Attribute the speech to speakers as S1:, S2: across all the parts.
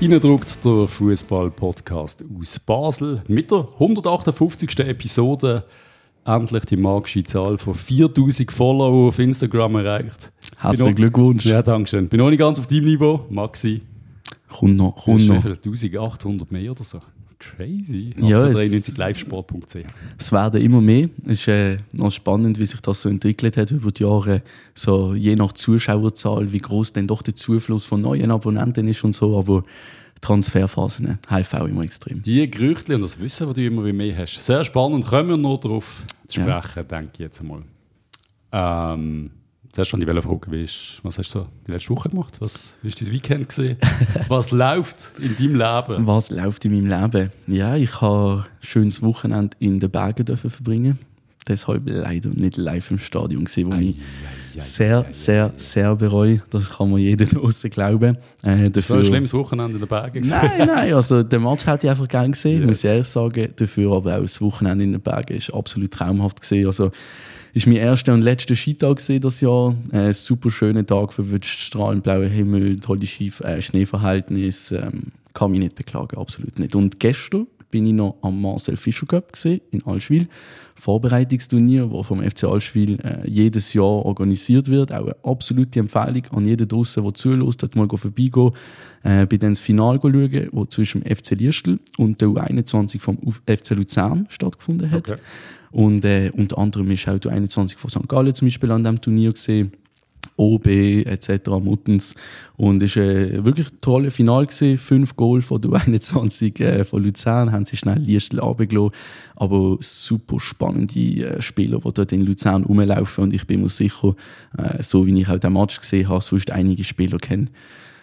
S1: Innendruckt der Fußball-Podcast aus Basel mit der 158. Episode. Endlich die magische Zahl von 4000 Follower auf Instagram erreicht.
S2: Herzlichen
S1: Bin noch-
S2: Glückwunsch.
S1: Ja, danke schön. Bin noch nicht ganz auf deinem Niveau, Maxi.
S2: Kommt noch,
S1: Das
S2: kommt
S1: ist
S2: noch.
S1: wie viel? 1800 mehr oder so. Crazy.
S2: Ja, es-
S1: 93 livesport.ch.
S2: Es werden immer mehr. Es ist äh, noch spannend, wie sich das so entwickelt hat über die Jahre. So je nach Zuschauerzahl, wie groß denn doch der Zufluss von neuen Abonnenten ist und so. Aber Transferphasen äh, helfen auch immer extrem.
S1: Die Gerüchte und das Wissen, das du immer mehr hast. Sehr spannend, kommen wir noch darauf zu
S2: Ja.
S1: sprechen, denke ich jetzt einmal. Ähm, zuerst wollte ich wollte fragen, wie ist, was hast du so die letzte Woche gemacht? Was wie ist dein Weekend gesehen? was läuft in deinem Leben?
S2: Was läuft in meinem Leben? Ja, ich habe ein schönes Wochenende in den Bergen dürfen verbringen. Deshalb leider nicht live im Stadion gesehen, wo ich sehr, sehr, sehr bereue. Das kann mir jeder draußen glauben. Äh,
S1: So ein
S2: dafür-
S1: schlimmes Wochenende in den Bergen. gewesen.
S2: Nein, nein, also den Match hätte ich einfach gern gesehen,
S1: Yes.
S2: muss ich ehrlich sagen. Dafür aber auch das Wochenende in den Bergen ist absolut traumhaft gesehen. Also ist mein erster und letzter Skitag gesehen das Jahr. Äh, super schöner Tag, verwünscht strahlend blauer Himmel, tolle Ski äh, Schneeverhältnis. Ähm, kann mich nicht beklagen, absolut nicht. Und gestern bin ich noch am Marcel Fischer Cup gesehen in Allschwil. Vorbereitungsturnier, wo vom FC Allschwil äh, jedes Jahr organisiert wird. Auch eine absolute Empfehlung an jeden draussen, der zulässt, dort mal vorbeigehen, äh, bei dem das Finale schauen, wo zwischen dem FC Liestl und der U21 vom Uf- FC Luzern stattgefunden hat.
S1: Okay.
S2: Und äh, unter anderem ist auch die U21 von St. Gallen zum Beispiel an diesem Turnier gesehen. OB etc. Muttens und ist äh, wirklich tolle Final gesehen. Fünf Goal von der 21 äh, von Luzern haben sie schnell Liestl runtergelassen. aber super spannende äh, Spieler, die dort in Luzern rumlaufen und ich bin mir sicher, äh, so wie ich auch den Match gesehen habe, sonst einige Spieler kennen,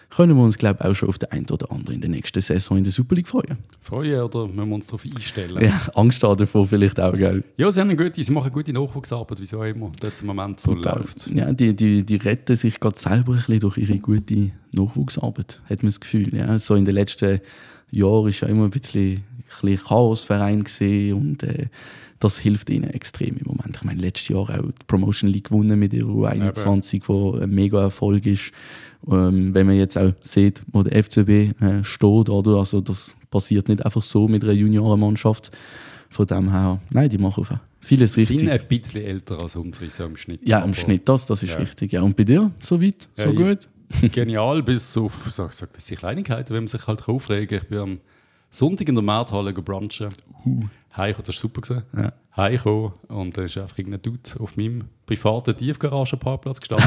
S2: können wir uns glaube auch schon auf den einen oder anderen in der nächsten Saison in der Super League freuen.
S1: Freuen oder müssen wir uns darauf einstellen? Ja.
S2: Ja, Angst haben davor vielleicht auch, gell?
S1: sie, haben eine gute, sie machen eine gute Nachwuchsarbeit, wieso auch immer. Dort im Moment so läuft.
S2: Ja, die, die, die retten sich gerade selber ein bisschen durch ihre gute Nachwuchsarbeit, hat man das Gefühl. Ja. So in den letzten Jahren ist ja immer ein bisschen, ein bisschen Chaosverein gesehen und äh, das hilft ihnen extrem im Moment. Ich meine, letztes Jahr auch die Promotion League gewonnen mit ihrer U21, wo ein mega Erfolg ist. Ähm, wenn man jetzt auch sieht, wo der FCB äh, steht, oder? Also das passiert nicht einfach so mit einer Juniorenmannschaft. Von dem her, nein, die machen vieles
S1: Sie
S2: richtig.
S1: sind ein bisschen älter als unsere so im Schnitt.
S2: Ja,
S1: aber
S2: im Schnitt das, das ist
S1: Ja.
S2: richtig. Ja. Und bei dir, so weit,
S1: Ja,
S2: so
S1: ich-
S2: gut?
S1: genial bis auf so, so gewisse Kleinigkeiten, wenn man sich halt aufregen kann. Ich bin am Sonntag in der Markthalle gebrunchen. Heiko, das war super. Gewesen.
S2: Uh. Ja.
S1: Heiko. Und da ist einfach irgendein Dude auf meinem privaten Tiefgaragenparkplatz gestanden.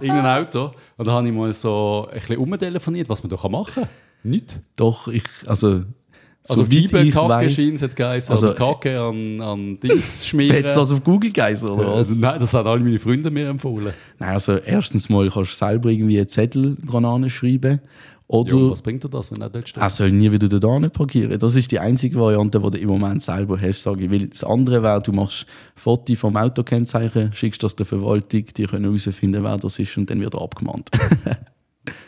S1: irgendein Auto. Und da habe ich mal so ein bisschen umtelefoniert, was man da machen kann. Nichts.
S2: Doch, ich, also,
S1: Also
S2: so weit
S1: Weiben,
S2: ich
S1: Kacke
S2: weiss,
S1: scheint es jetzt geheißen.
S2: Also,
S1: Also Kacke an, an Dings
S2: hättest du
S1: schmieren.
S2: das auf Google geheißen, oder was?
S1: Also, nein, das haben alle meine Freunde mir empfohlen.
S2: Nein, also erstens mal kannst du selber irgendwie einen Zettel dran anschreiben. Oder,
S1: Ja, und was bringt dir das, wenn er dort steht?
S2: er soll nie wieder da parkieren. Das ist die einzige Variante, die du im Moment selber hast, sage ich. Weil das andere wäre, du machst Foto vom Autokennzeichen, schickst das der Verwaltung, die können herausfinden, wer das ist und dann wird er abgemahnt.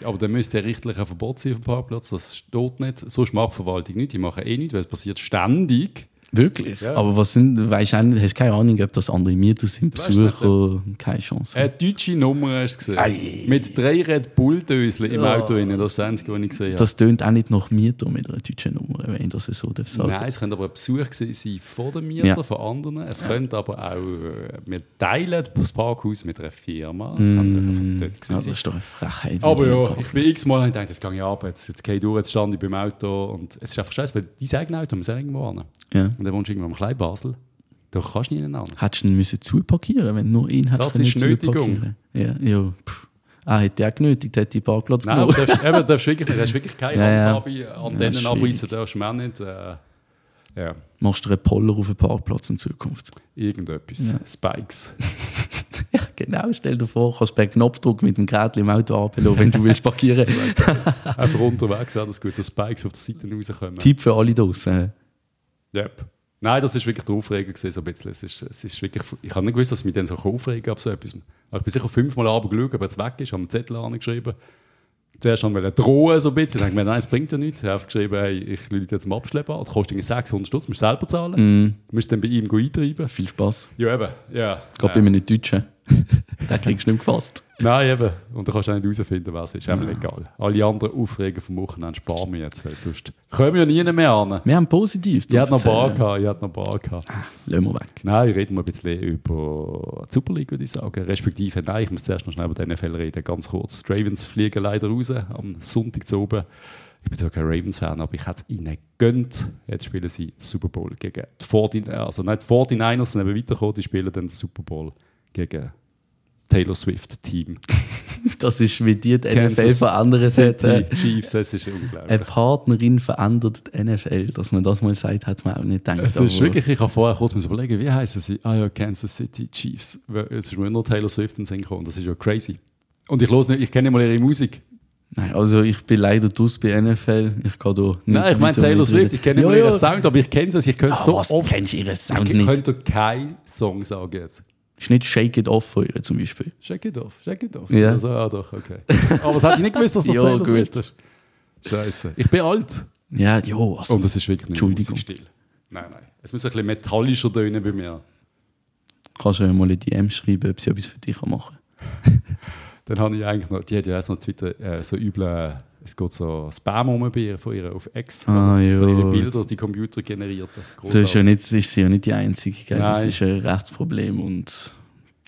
S1: Aber dann müsste ja rechtlich ein Verbot sein auf dem Parkplatz, das steht nicht. Sonst macht die Verwaltung nichts, die machen eh nichts, weil es passiert ständig.
S2: Wirklich?
S1: Ja.
S2: Aber was sind, weißt du auch nicht, hast keine Ahnung, ob das andere Mieter sind,
S1: weißt nicht, Äh,
S2: Besucher, keine Chance.
S1: Eine deutsche Nummer hast du gesehen.
S2: Ei.
S1: Mit drei Red Bull-Döseln im
S2: Ja.
S1: Auto drin, das ist das Einzige, was ich gesehen habe.
S2: Das tönt auch nicht nach Mieter mit einer deutschen Nummer, wenn ich das so darf sagen
S1: Nein, es könnte aber ein Besuch gewesen sein von den Mietern,
S2: Ja.
S1: von anderen. Es könnte aber auch, äh, wir teilen das Parkhaus mit einer Firma. Es könnte einfach dort gewesen sein.
S2: Also, das ist doch eine Frechheit.
S1: Aber
S2: mit dem
S1: ja,
S2: Park.
S1: ich bin x-mal und dachte, jetzt gehe ich ab, jetzt, jetzt gehe ich durch, jetzt stand ich beim Auto. Und es ist einfach scheiße, weil dein eigenes Auto muss auch irgendwo hin.
S2: Ja.
S1: Und dann wohnst du irgendwo im Kleinbasel. Da kannst du nicht ineinander.
S2: Hättest du ihn müssen zuparkieren wenn du nur ihn hättest
S1: Das ist
S2: können
S1: Nötigung.
S2: zuparkieren. Ja, ja. pff. Ah, hätte er genötigt, hätte ich Parkplatz
S1: Nein,
S2: genommen.
S1: aber darfst, eben, darfst wirklich nicht. Hast wirklich keine
S2: Ja, ja.
S1: Hand ja. an
S2: Ja,
S1: denen
S2: schwierig.
S1: abreißen, darfst du mir auch nicht. Äh, ja,
S2: Machst du einen Poller auf den Parkplatz in Zukunft?
S1: irgendetwas. Spikes.
S2: Ja, genau. Stell dir vor, kannst per Knopfdruck mit dem Gerät im Auto abhören, wenn du willst parkieren.
S1: Einfach unterwegs wäre das gut, so Spikes auf der Seite rauskommen.
S2: Tipp für alle draußen.
S1: Yep. Nein, das ist wirklich der Aufreger gewesen, so ein bisschen. Es ist, es ist wirklich, ich habe nicht gewusst, dass ich mich dann so aufregen kann, ab so etwas. Aber Ich bin sicher fünfmal abends geschaut, ob es weg ist, habe einen Zettel angeschrieben. Zuerst haben wir drohen, so ein bisschen. Ich dachte mir, nein, es bringt ja nichts. Ich habe einfach geschrieben, hey, ich lüge jetzt zum Abschleppen an. Das kostet irgendwie 600 Stutz, musst du selber
S2: Mhm.
S1: zahlen. Musst du dann bei ihm eintreiben.
S2: Viel Spaß.
S1: Ja, eben. Ja.
S2: Gerade bei einem Deutschen. den kriegst du nicht mehr gefasst.
S1: Nein, eben. Und da kannst du auch nicht herausfinden, was ist. Eben egal. Alle anderen Aufreger vom Wochenende sparen wir jetzt, weil sonst kommen wir nie mehr an.
S2: Wir haben Positives. zu
S1: Ich hatte noch ein paar
S2: erzählen.
S1: gehabt, ich hatte noch ein paar gehabt.
S2: Lassen wir weg.
S1: Nein, reden wir ein bisschen über die Super League, würde ich sagen. Respektive, nein, ich muss zuerst noch schnell über den NFL reden, ganz kurz. Die Ravens fliegen leider raus am Sonntag zu oben. Ich bin zwar kein Ravens-Fan, aber ich hätte es ihnen gegönnt. Jetzt spielen sie Super Bowl gegen die 49ers. Also nicht die 49ers, sind eben weitergekommen, die spielen dann den Super Bowl gegen Taylor Swift-Team.
S2: Das ist, wie die die NFL
S1: Kansas
S2: verändert hat.
S1: City
S2: äh,
S1: Chiefs, das ist
S2: Eine
S1: unglaublich.
S2: Partnerin verändert die NFL. Dass man das mal sagt, hat man auch nicht gedacht.
S1: Es ist
S2: aber-
S1: wirklich, ich habe vorher kurz müssen überlegen, wie heißen sie? Ah ja, Kansas City Chiefs. Weil Es ist mir nur Taylor Swift in den Sinn gekommen. Das ist ja crazy. Und ich los nicht, ich kenne nicht mal ihre Musik.
S2: Nein, also ich bin leider draus bei NFL. Ich kann da nicht
S1: Nein, ich meine
S2: weiter
S1: Taylor Swift,
S2: mitreden.
S1: ich kenne nicht
S2: ja,
S1: mal
S2: ja.
S1: ihren Sound, aber ich kenne sie. Ich könnte
S2: Ah,
S1: so
S2: was,
S1: oft.
S2: kennst du ihren Sound
S1: Ich
S2: nicht?
S1: könnte keinen Song sagen jetzt.
S2: Ist nicht Shake It Off von ihr zum Beispiel.
S1: Shake it off, shake it off.
S2: Ja.
S1: Also, ah, doch, okay. Aber es hätte ich nicht gewusst, dass das
S2: Ja,
S1: Taylor
S2: gut.
S1: Swift ist. Scheiße. Ich bin alt.
S2: Ja, ja, also
S1: Und es ist wirklich nicht
S2: Entschuldigung.
S1: Musikstil. Nein, nein. Es muss ein bisschen metallischer tönen bei mir.
S2: kannst du ja mal eine DM schreiben, ob sie etwas für dich kann machen
S1: Dann habe ich eigentlich noch, die hat ja erst noch Twitter äh, so üble, es geht so Spam um bei ihr, von ihr auf X.
S2: Ah,
S1: so
S2: ja.
S1: ihre Bilder, die Computer generierten.
S2: kann. Das ist, ja nicht, ist sie ja nicht die Einzige. Gell? Das
S1: Also- Nein.
S2: ist ein Rechtsproblem und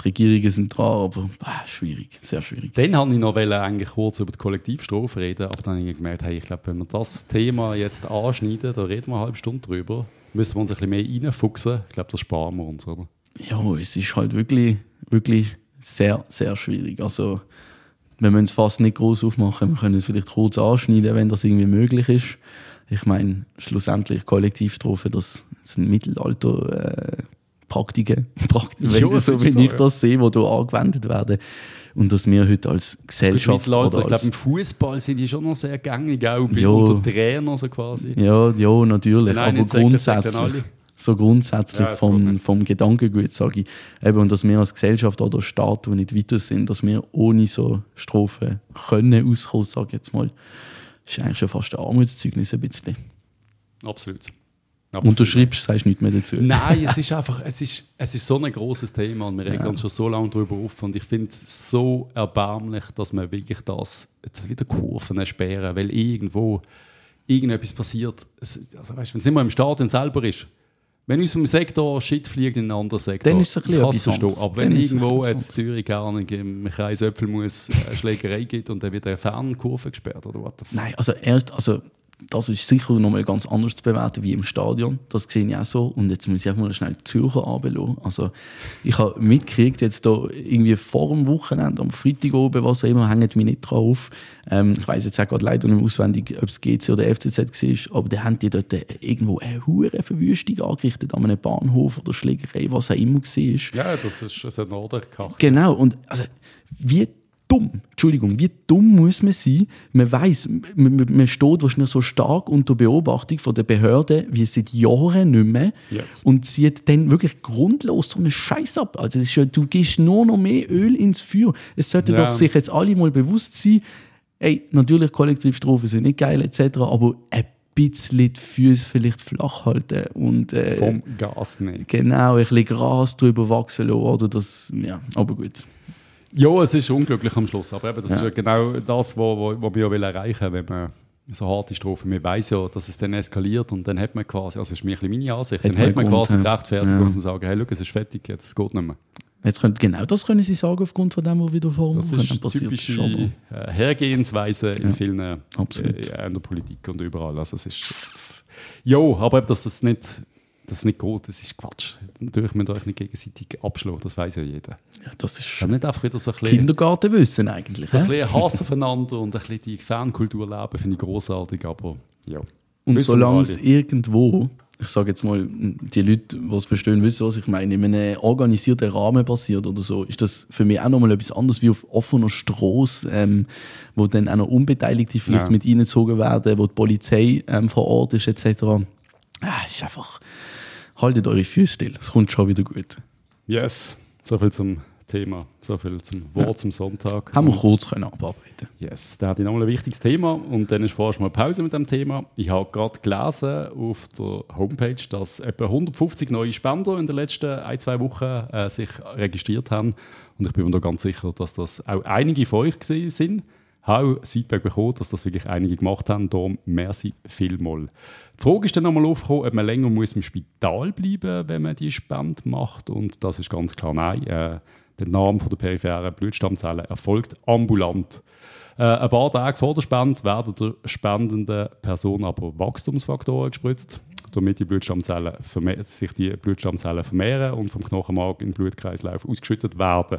S2: die Regierungen sind dran, aber ah, schwierig, sehr schwierig.
S1: Dann wollte ich noch wollen, eigentlich kurz über die Kollektivstrophe reden, aber dann habe ich gemerkt, hey, ich glaube, wenn wir das Thema jetzt anschneiden, da reden wir eine halbe Stunde drüber, müssen wir uns ein bisschen mehr reinfuchsen. Ich glaube, das sparen wir uns, oder?
S2: Ja, es ist halt wirklich, wirklich sehr, sehr schwierig. Also wir müssen es fast nicht groß aufmachen. Wir können es vielleicht kurz anschneiden, wenn das irgendwie möglich ist. Ich meine, schlussendlich Kollektivstrophe, das sind Mittelalter äh, Praktiken, Praktiken
S1: Ja, es
S2: so
S1: ist
S2: wie
S1: so,
S2: ich
S1: ja.
S2: das sehe, wo da angewendet werden und dass wir heute als
S1: Gut,
S2: Gesellschaft
S1: Mittelalter,
S2: oder
S1: ich glaube,
S2: als,
S1: im Fußball sind die schon noch sehr gängig, auch bei
S2: Ja.
S1: unter Trainern so quasi.
S2: ja, ja, natürlich,
S1: Wenn einer
S2: aber
S1: nicht sagt, dann sagt dann alle.
S2: grundsätzlich. So grundsätzlich
S1: Ja, das geht
S2: vom, vom Gedankengut, sage ich. Eben, und dass wir als Gesellschaft oder Staat, die nicht weiter sind, dass wir ohne so Strophen können auskommen, sage ich jetzt mal, ist eigentlich schon fast ein Armutszeugnis ein bisschen.
S1: Absolut. Aber
S2: Unterschreibst, sagst nichts mehr dazu.
S1: Nein, es ist einfach, es ist, es ist so ein großes Thema und wir regen uns schon so lange darüber auf und ich finde es so erbärmlich, dass man wirklich das, das wieder Kurven ersperren, weil irgendwo irgendetwas passiert. Es, ist- also weißt, wenn es nicht mal im Stadion selber ist, wenn aus dem Sektor Shit fliegt in einen anderen Sektor,
S2: Dann ist es ein bisschen
S1: ich kann
S2: etwas
S1: verstehen.
S2: anderes.
S1: Aber wenn
S2: Dann ist es
S1: irgendwo
S2: etwas
S1: jetzt Zürich gar nicht im Kreis Öpfelmus eine Schlägerei gibt und dann wird eine Fernkurve gesperrt oder what the fuck.
S2: Nein, also erst, also das ist sicher nochmal ganz anders zu bewerten wie im Stadion. Das sehe ich auch so. Und jetzt muss ich einfach mal schnell die Zürcher anbelassen. Also ich habe mitgekriegt, jetzt da irgendwie vor dem Wochenende, am Freitag oben, was auch immer, hängen mich nicht dran auf. Ähm, ich weiß jetzt auch gerade leider nicht mehr auswendig, ob es GC oder FCZ war, aber da haben die dort äh, irgendwo eine hure Verwüstung angerichtet an einem Bahnhof oder Schlägerei, was auch immer war.
S1: Ja, das ist, es hat einen Order gekackt.
S2: Genau, und also, wie dumm, Entschuldigung, wie dumm muss man sein? Man weiß, man, man- man steht wahrscheinlich so stark unter Beobachtung von der Behörde wie seit Jahren nicht mehr
S1: Yes.
S2: und zieht dann wirklich grundlos so einen Scheiß ab. Also, das ist ja, du gibst nur noch mehr Öl ins Feuer. Es sollten
S1: Ja.
S2: doch sich jetzt alle mal bewusst sein, ey, natürlich Kollektivstrophen sind nicht geil etc., aber ein bisschen die Füße vielleicht flach halten und äh,
S1: Vom Gas nicht.
S2: genau, ein bisschen Gras drüber wachsen lassen oder das, ja, aber gut.
S1: Ja, es ist unglücklich am Schluss, aber eben, das ist ja genau das, was wo, wo wir ja wollen erreichen wenn man so harte Strophen. Man weiß ja, dass es dann eskaliert und dann hat man quasi, also das ist mir ein bisschen meine Ansicht, dann
S2: man
S1: hat man
S2: Grund,
S1: quasi die
S2: ja.
S1: Rechtfertigung,
S2: Ja.
S1: um zu sagen, hey, schau, es ist fertig, jetzt es geht nicht mehr.
S2: Jetzt könnte, genau das können Sie sagen, aufgrund von dem, was wieder vor
S1: Das
S2: Wochen
S1: ist
S2: passiert ist.
S1: typische
S2: aber-
S1: äh, Hergehensweise in vielen äh,
S2: absolut.
S1: äh, in der Politik und überall. Also es ist jo, aber eben, dass das nicht, das nicht geht, das ist Quatsch. Natürlich müsst ihr euch nicht gegenseitig abschlagen, das weiß ja jeder.
S2: Ja, das ist
S1: Aber nicht einfach wieder so ein bisschen
S2: Kindergartenwissen eigentlich.
S1: So ein
S2: hä?
S1: bisschen Hass aufeinander und ein bisschen die Fankultur leben, finde ich großartig, aber ja. Wissen
S2: Und
S1: wir
S2: solange es
S1: alle.
S2: irgendwo, ich sage jetzt mal, die Leute, die es verstehen, wissen, was ich meine, in einem organisierten Rahmen passiert oder so, ist das für mich auch nochmal etwas anderes wie auf offener Straße, ähm, wo dann auch noch Unbeteiligte vielleicht
S1: Ja.
S2: mit reingezogen werden, wo die Polizei ähm, vor Ort ist etc. Ah, es ist einfach, haltet eure Füße still, es kommt schon wieder gut.
S1: Yes. So viel zum Thema. So viel zum Wort zum Sonntag.
S2: Haben wir kurz können abarbeiten
S1: Yes, da hatte ich noch mal ein wichtiges Thema und dann ist vorerst mal Pause mit dem Thema. Ich habe gerade gelesen auf der Homepage, dass etwa 150 neue Spender in den letzten ein, zwei Wochen äh, sich registriert haben und ich bin mir da ganz sicher, dass das auch einige von euch gewesen sind. Ich Habe auch das Feedback bekommen, dass das wirklich einige gemacht haben, darum merci vielmal. Die Frage ist dann nochmal aufgekommen, ob man länger muss im Spital bleiben muss, wenn man die Spende macht und das ist ganz klar nein. Äh, der Name von der peripheren Blutstammzelle erfolgt ambulant. Äh, ein paar Tage vor der Spende werden der spendenden Person aber Wachstumsfaktoren gespritzt, damit die Blutstammzellen verme- sich die Blutstammzellen vermehren und vom Knochenmark in den Blutkreislauf ausgeschüttet werden.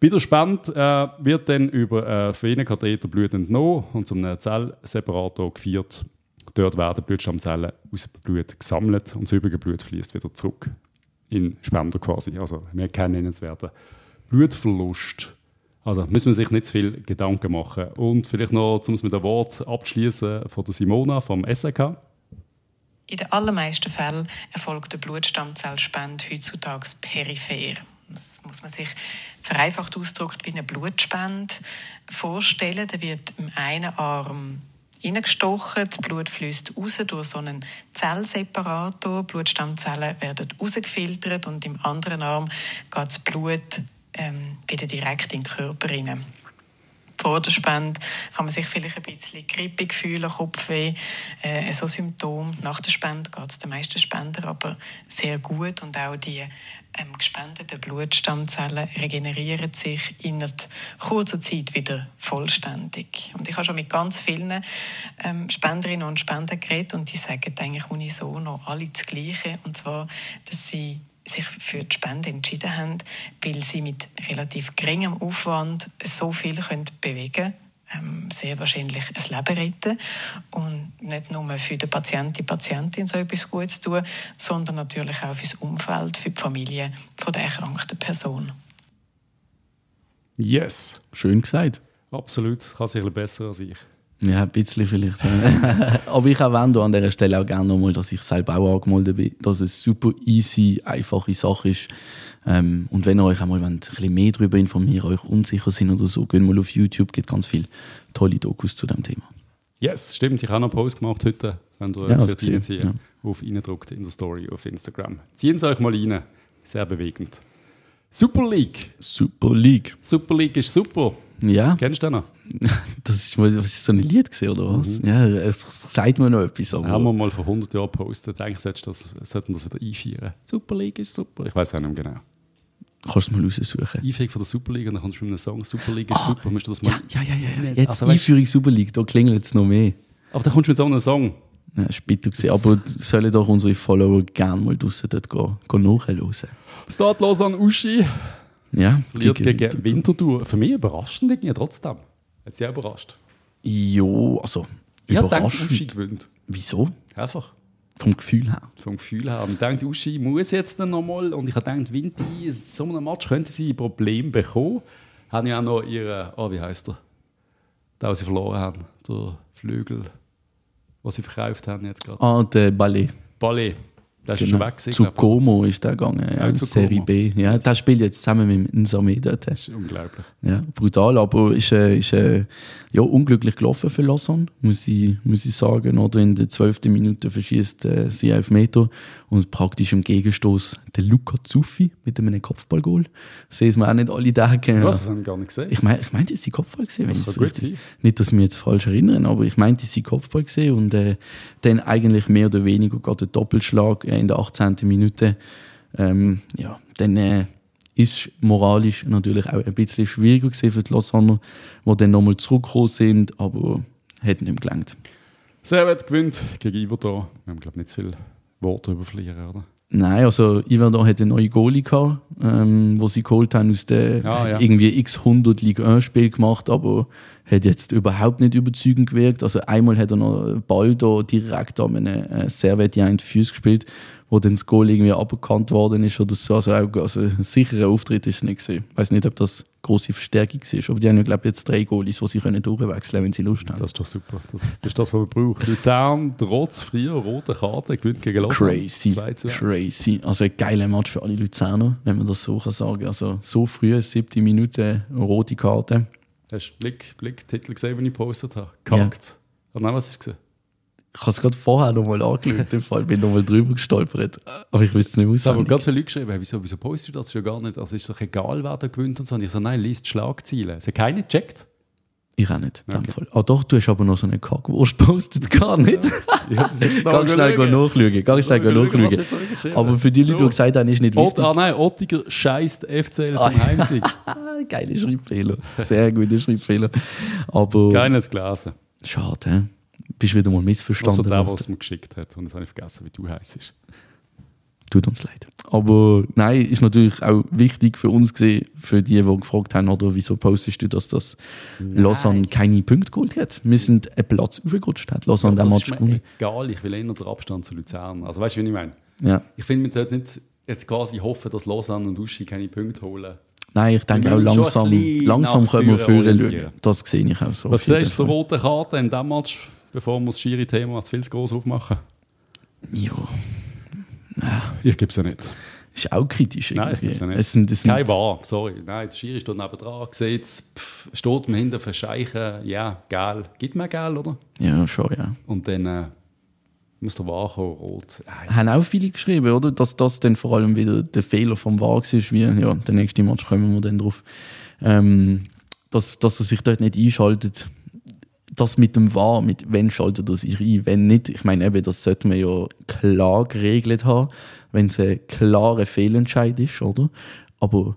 S1: Bei der Spende äh, wird dann über einen Venenkatheter Blut entnommen und zu einem Zellseparator geführt. Dort werden Blutstammzellen aus dem Blut gesammelt und das übrige Blut fließt wieder zurück in Spender quasi. Also wir kennen nennenswerten Blutverlust. Also müssen wir sich nicht zu viel Gedanken machen. Und vielleicht noch, um es mit einem Wort abzuschließen, von der Simona vom SRK.
S3: In den allermeisten Fällen erfolgt der Blutstammzellspende heutzutage peripher. Das muss man sich vereinfacht ausgedrückt wie eine Blutspende vorstellen. Da wird im einen Arm hineingestochen, das Blut fließt raus durch so einen Zellseparator, Blutstammzellen werden rausgefiltert und im anderen Arm geht das Blut ähm, wieder direkt in den Körper hinein. Vor der Spende kann man sich vielleicht ein bisschen grippig fühlen, Kopfweh, äh, so Symptome. Nach der Spende geht es den meisten Spender aber sehr gut und auch die ähm, gespendeten Blutstammzellen regenerieren sich innerhalb kurzer Zeit wieder vollständig. Und ich habe schon mit ganz vielen ähm, Spenderinnen und Spendern geredet und die sagen eigentlich unisono alle das Gleiche und zwar, dass sie sich für die Spende entschieden haben, weil sie mit relativ geringem Aufwand so viel können bewegen können, ähm, sehr wahrscheinlich ein Leben retten und nicht nur für den Patienten, die Patientin so etwas Gutes tun, sondern natürlich auch für das Umfeld, für die Familie von der erkrankten Person.
S1: Yes,
S2: Schön gesagt.
S1: absolut. Kann sich ein bisschen besser als ich.
S2: Ja, ein bisschen vielleicht. ja. Aber ich erwähne an dieser Stelle auch gerne nochmal, dass ich selber auch angemeldet bin, dass es super easy, einfache Sache ist. Ähm, und wenn ihr euch einmal wollt, ein bisschen mehr darüber informieren, euch unsicher sind oder so, geht mal auf YouTube, gibt ganz viele tolle Dokus zu dem Thema.
S1: Yes, stimmt. Ich habe noch einen Post gemacht heute, wenn du
S2: Ja,
S1: ja, für
S2: hab's
S1: die
S2: gesehen,
S1: ziehen,
S2: ja.
S1: auf reindruckt in der Story auf Instagram. Ziehen Sie euch mal rein. Sehr bewegend. Super League.
S2: Super League.
S1: Super League ist super.
S2: Ja,
S1: Kennst du den noch?
S2: das ist, mal- was ist so ein Lied gewesen, oder
S1: Mhm.
S2: was? Ja, es sagt mir noch etwas. Aber
S1: Haben wir mal vor 100 Jahren gepostet. Eigentlich solltest du das, sollten wir das wieder einführen. Super League ist super. Ich weiß auch nicht mehr genau.
S2: kannst du es mal raussuchen.
S1: Einführung von der Super League und dann kommst du mit einem Song «Super League ist super», musst du das mal...
S2: Ah, Ja, ja, ja, ja. ja. Jetzt
S1: Also, weißt-
S2: Einführung Super League, da klingelt es noch mehr.
S1: Aber dann kommst du mit so einem Song.
S2: Ja, ist bitter gewesen. Aber sollen doch unsere Follower gerne mal draussen dort gehen, gehen nachhören.
S1: Start los an Uschi.
S2: Ja,
S1: Verliert
S2: gegen-
S1: gegen Winterthur. Für mich überraschend irgendwie trotzdem. Hat sie auch überrascht.
S2: Jo, also
S1: Ich denke, Uschi
S2: überraschend.
S1: gewinnt.
S2: Wieso?
S1: Einfach.
S2: Vom Gefühl her.
S1: Vom Gefühl her. Ich denke, Uschi muss jetzt dann nochmal. Und ich habe gedacht, Winti, in so einem Match könnte sie ein Problem bekommen. Haben ja auch noch ihre, oh, wie heißt der? Den, den sie verloren haben. Der Flügel, was sie verkauft haben jetzt gerade.
S2: Ah, der Ballet. Genau.
S1: Ballet. Der ist schon weg. gewesen,
S2: zu
S1: glaub ich.
S2: Como ist der gegangen, ja,
S1: Auch
S2: in
S1: zu
S2: Serie
S1: Como.
S2: B. Ja, der spielt jetzt zusammen mit dem Nsame dort.
S1: Das ist unglaublich.
S2: Ja, brutal, aber ist, äh, ist äh, ja, unglücklich gelaufen für Lausanne, muss ich, muss ich sagen. Oder in der 12. Minute verschießt äh, sie Elfmeter und praktisch im Gegenstoß der Luca Zuffi mit einem Kopfballgoal. Sehen wir auch nicht alle Tage.
S1: Was? Das habe ich gar nicht gesehen.
S2: Ich meine, ich meinte, es sei Kopfball gesehen. Wenn
S1: Das
S2: ich's
S1: kann gut
S2: richtig-
S1: sein.
S2: Nicht, dass ich mich jetzt falsch erinnere, aber ich meinte, es sei Kopfball gesehen und äh, dann eigentlich mehr oder weniger gerade der Doppelschlag äh, in der 18. Minute. Ähm, ja, dann äh, ist moralisch natürlich auch ein bisschen schwieriger gewesen für die Lausanner, die dann nochmal zurückgekommen sind, aber hat nicht mehr gelangt.
S1: Servet gewinnt gegen Iverdor. Wir haben, glaube ich, nicht zu viele Worte darüber verlieren, oder?
S2: Nein, also Iverdon hat eine neue Goalie gehabt, ähm, wo sie geholt haben aus der
S1: Ah,
S2: der hat
S1: ja.
S2: irgendwie x 100 Ligue 1 Spiel gemacht, aber hat jetzt überhaupt nicht überzeugend gewirkt. Also einmal hat er noch einen Ball da direkt an einen äh, Servet in die Füße gespielt, wo dann das Goal irgendwie abgekannt worden ist oder so. Also, auch, also ein sicherer Auftritt ist es nicht gewesen. Ich weiß nicht, ob das große Verstärkung war, aber die haben ja, glaube ich, jetzt drei Goalies, die sie können durchwechseln können, wenn sie Lust haben.
S1: Das ist doch super. Das, das ist das, was man braucht. Luzern, trotz früher roter Karte, gewinnt gegen Lausanne.
S2: Crazy.
S1: 2 zu 1.
S2: Crazy. Also ein geiler Match für alle Luzerner, wenn man das so kann sagen. Also so früh, siebte Minute, rote Karte.
S1: Hast du Blick, Blick, Titel gesehen, den ich gepostet habe? Kackt. Oder nein, was ist es? gewesen?
S2: Ich habe es gerade vorher nochmal angeschaut, im Fall bin nochmal drüber gestolpert. Aber ich will es nicht
S1: Es haben
S2: auswendig.
S1: ganz viele Leute geschrieben, hey, wieso, wieso postest du das schon gar nicht? Also ist doch egal, wer da gewinnt und so. Und ich so, nein, liest Schlagzeilen. Es hat keiner gecheckt.
S2: Ich auch nicht, in dem Fall. Ah doch, du hast aber noch so einen Kackwurst postet, gar nicht.
S1: Ich hab es jetzt
S2: Ganz schnell
S1: nachgeschaut.
S2: nachschauen, ganz
S1: Schauen,
S2: schnell
S1: schauen, was
S2: nachschauen.
S1: jetzt wirklich geschrieben
S2: Aber für die Leute, die gesagt haben, ist nicht
S1: Ott,
S2: wichtig.
S1: ah nein, Ottiger scheißt FCL
S2: Ah.
S1: zum Heimsieg.
S2: Ah, Geile Schreibfehler, sehr gute Schreibfehler. Aber
S1: Keiner hat es gelesen.
S2: schade, hä? bist wieder mal
S1: Außer
S2: missverstanden.
S1: Also, der,
S2: worden.
S1: was mir geschickt hat. Und jetzt habe ich vergessen, wie du heisst.
S2: Tut uns leid. Aber nein, ist natürlich auch wichtig für uns gesehen, für die, die gefragt haben, oder wieso postest du, dass das Lausanne keine Punkte geholt hat? Wir sind einen Platz aufgerutscht, hat Lausanne
S1: Das
S2: den Match
S1: ist
S2: gewonnen.
S1: mir egal, ich will eher den Abstand zu Luzern. Also weißt du, wie ich meine?
S2: Ja.
S1: Ich finde, man sollte nicht jetzt quasi hoffen, dass Lausanne und Uschi keine Punkte holen.
S2: Nein, ich denke
S1: Wir
S2: auch
S1: müssen
S2: langsam,
S1: schon ein bisschen
S2: langsam
S1: nach
S2: können wir
S1: vorne
S2: führen schauen.
S1: orientieren.
S2: Das sehe ich auch so.
S1: Was
S2: auf jeden
S1: siehst du zur
S2: Fall.
S1: roten Karte in diesem Match, bevor wir das schiere Thema zu viel zu groß aufmachen?
S2: Ja,
S1: Ich gebe es ja nicht.
S2: ist auch kritisch
S1: Nein, ich
S2: irgendwie.
S1: gebe es ja nicht.
S2: es sind, es sind,
S1: Kein Wahr, sorry. Nein, der Schiri steht nebenan, sieht es, pff, steht mir hinter, verscheichen, ja, geil. Gibt mir geil, oder?
S2: Ja, schon, ja.
S1: Und dann äh, muss der Wahr kommen, rot. Nein.
S2: Haben auch viele geschrieben, oder? Dass das dann vor allem wieder der Fehler vom Wahr war, wie, ja, der nächste Match kommen wir dann drauf. Ähm, dass, dass er sich dort nicht einschaltet. Das mit dem Wahr, mit wenn schaltet er sich ein, wenn nicht. Ich meine, eben, das sollte man ja klar geregelt haben, wenn es ein klarer Fehlentscheid ist, oder? Aber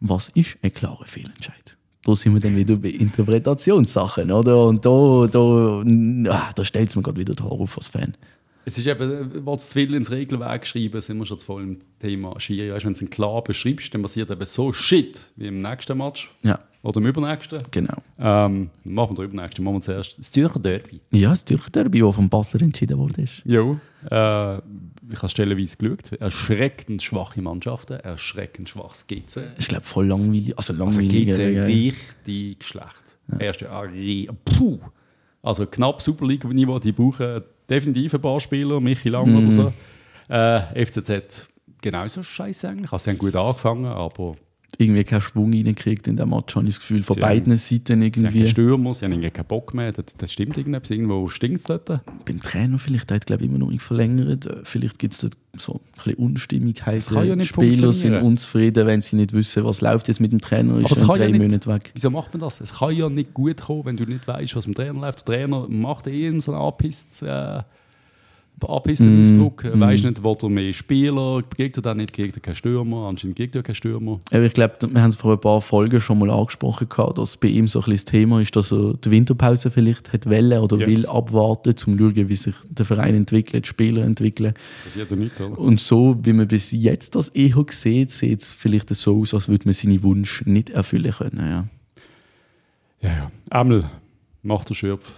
S2: was ist ein klarer Fehlentscheid? Da sind wir dann wieder bei Interpretationssachen, oder? Und da, da, ah, da stellt es mir gerade wieder die Haare auf als Fan.
S1: Es ist eben, wenn du zu viel ins Regelwerk schreiben, sind wir schon zu voll im Thema Schiri. Weißt du, wenn du es klar beschreibst, dann passiert eben so Shit wie im nächsten Match
S2: Ja,
S1: oder im übernächsten.
S2: genau.
S1: Ähm, machen wir den übernächsten, machen wir zuerst das Zürcher Derby.
S2: Ja, das Türkderby, das vom Basler entschieden wurde.
S1: Jo. Äh, ich habe stellenweise geschaut. Erschreckend schwache Mannschaften, erschreckend schwaches GC.
S2: Ich glaube, voll langweilig. Also
S1: Also
S2: langweilig.
S1: GC
S2: ja, ja.
S1: richtig schlecht. Erste Ari. Puh. Also knapp Super League-Niveau, die brauchen definitiv ein paar Spieler, Michi Lang oder so. Äh, FCZ genauso scheiße eigentlich. Also, sie haben gut angefangen, aber
S2: Irgendwie keinen Schwung reingekriegt in dem Match, habe ich das Gefühl, von
S1: Sie
S2: beiden Seiten
S1: sie haben keine
S2: irgendwie.
S1: Stürmer, sie haben irgendwie keinen Bock mehr. Das, das stimmt irgendetwas. Irgendwo stinkt es dort.
S2: Beim Trainer vielleicht, der hat glaube ich immer noch nicht verlängert. Äh, Vielleicht gibt es dort so ein bisschen Unstimmigkeit.
S1: kann ja nicht
S2: Spieler sind
S1: funktionieren.
S2: unzufrieden, wenn sie nicht wissen, was läuft jetzt mit dem Trainer. Ist
S1: es
S2: er in
S1: kann ja
S2: drei
S1: nicht-
S2: Monate weg.
S1: Wieso macht man das? Es kann ja nicht gut kommen, wenn du nicht weißt, was mit dem Trainer läuft. Der Trainer macht eh immer so einen Abhiss, äh, abhissenden Ausdruck. Er
S2: Mm,
S1: Weiß nicht, wo er mehr Spieler kriegt er dann nicht, kriegt er keinen Stürmer. Anscheinend kriegt er keinen Stürmer.
S2: Aber ich glaube, wir haben es vor ein paar Folgen schon mal angesprochen, gehabt, dass bei ihm so ein bisschen das Thema ist, dass er die Winterpause vielleicht hat wollen oder
S1: Yes.
S2: will abwarten, um zu schauen, wie sich der Verein entwickelt, die Spieler entwickeln.
S1: Passiert ja nicht, oder?
S2: Und so, wie man bis jetzt das eher sieht, sieht es vielleicht so aus, als würde man seine Wunsch nicht erfüllen können. Ja.
S1: Ja, ja. Ämmel macht der Schürpf,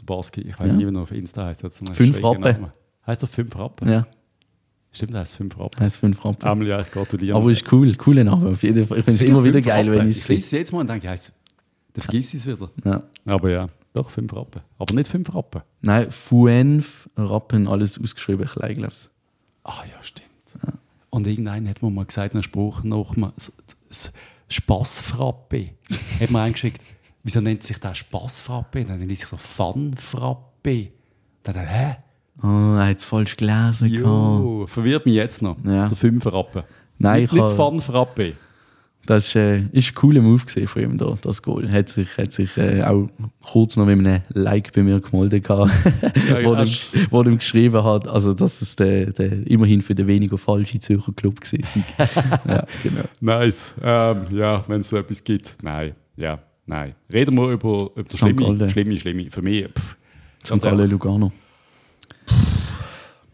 S1: der Baski. Ich weiß
S2: Ja.
S1: nicht, wie er auf Insta heißt. Hat so einen
S2: Fünf
S1: schrägen
S2: Rappen.
S1: Namen. Heißt er fünf Rappen?
S2: ja.
S1: Stimmt, er heißt fünf Rappen.
S2: Heißt fünf Rappen.
S1: Ämmel, ja, ich gratuliere.
S2: Aber ist cool, cooler Name. Auf jeden Fall. Ich finde es
S1: Sicher
S2: immer wieder
S1: fünf
S2: geil,
S1: Rappen.
S2: wenn
S1: ich
S2: ich es
S1: lese jetzt mal und denke, heißt, dann vergiss ich es wieder.
S2: ja.
S1: Aber ja, doch, fünf Rappen. Aber nicht fünf Rappen.
S2: Nein, Fuenf, Rappen, alles ausgeschrieben, klein, glaube ich.
S1: Ah ja, stimmt. Und irgendein hat mir mal gesagt, einen Spruch noch mal, s- s- Spassfrappe. hat mir eingeschickt, wieso nennt sich der Spassfrappe? Dann nennt sich so Funfrappe. Dann dachte ich, hä?
S2: Oh, er hat es falsch gelesen. gehabt.
S1: Jo, verwirrt mich jetzt noch.
S2: Ah. Ja.
S1: Der Fünferrappe.
S2: Nein,
S1: nicht
S2: ich
S1: nicht das
S2: kann-
S1: Funfrappe.
S2: Das ist, äh, ist ein cooler Move gewesen von ihm, da, das Goal. Hat sich, hat sich äh, auch kurz noch mit einem Like bei mir gemeldet, gehabt,
S1: Ja,
S2: wo,
S1: ja,
S2: ihm, wo ihm geschrieben hat, also, dass es der, der, immerhin für den weniger falsche Zürcher Club gewesen sei. ja, genau.
S1: Nice. Ähm, ja, wenn es so etwas gibt. Nein, ja, nein. Reden wir über, über das
S2: St. Gallen.
S1: Schlimme, Schlimme, Schlimme. Für mich, pff,
S2: Zum
S1: ganz ehrlich.
S2: Galle Lugano.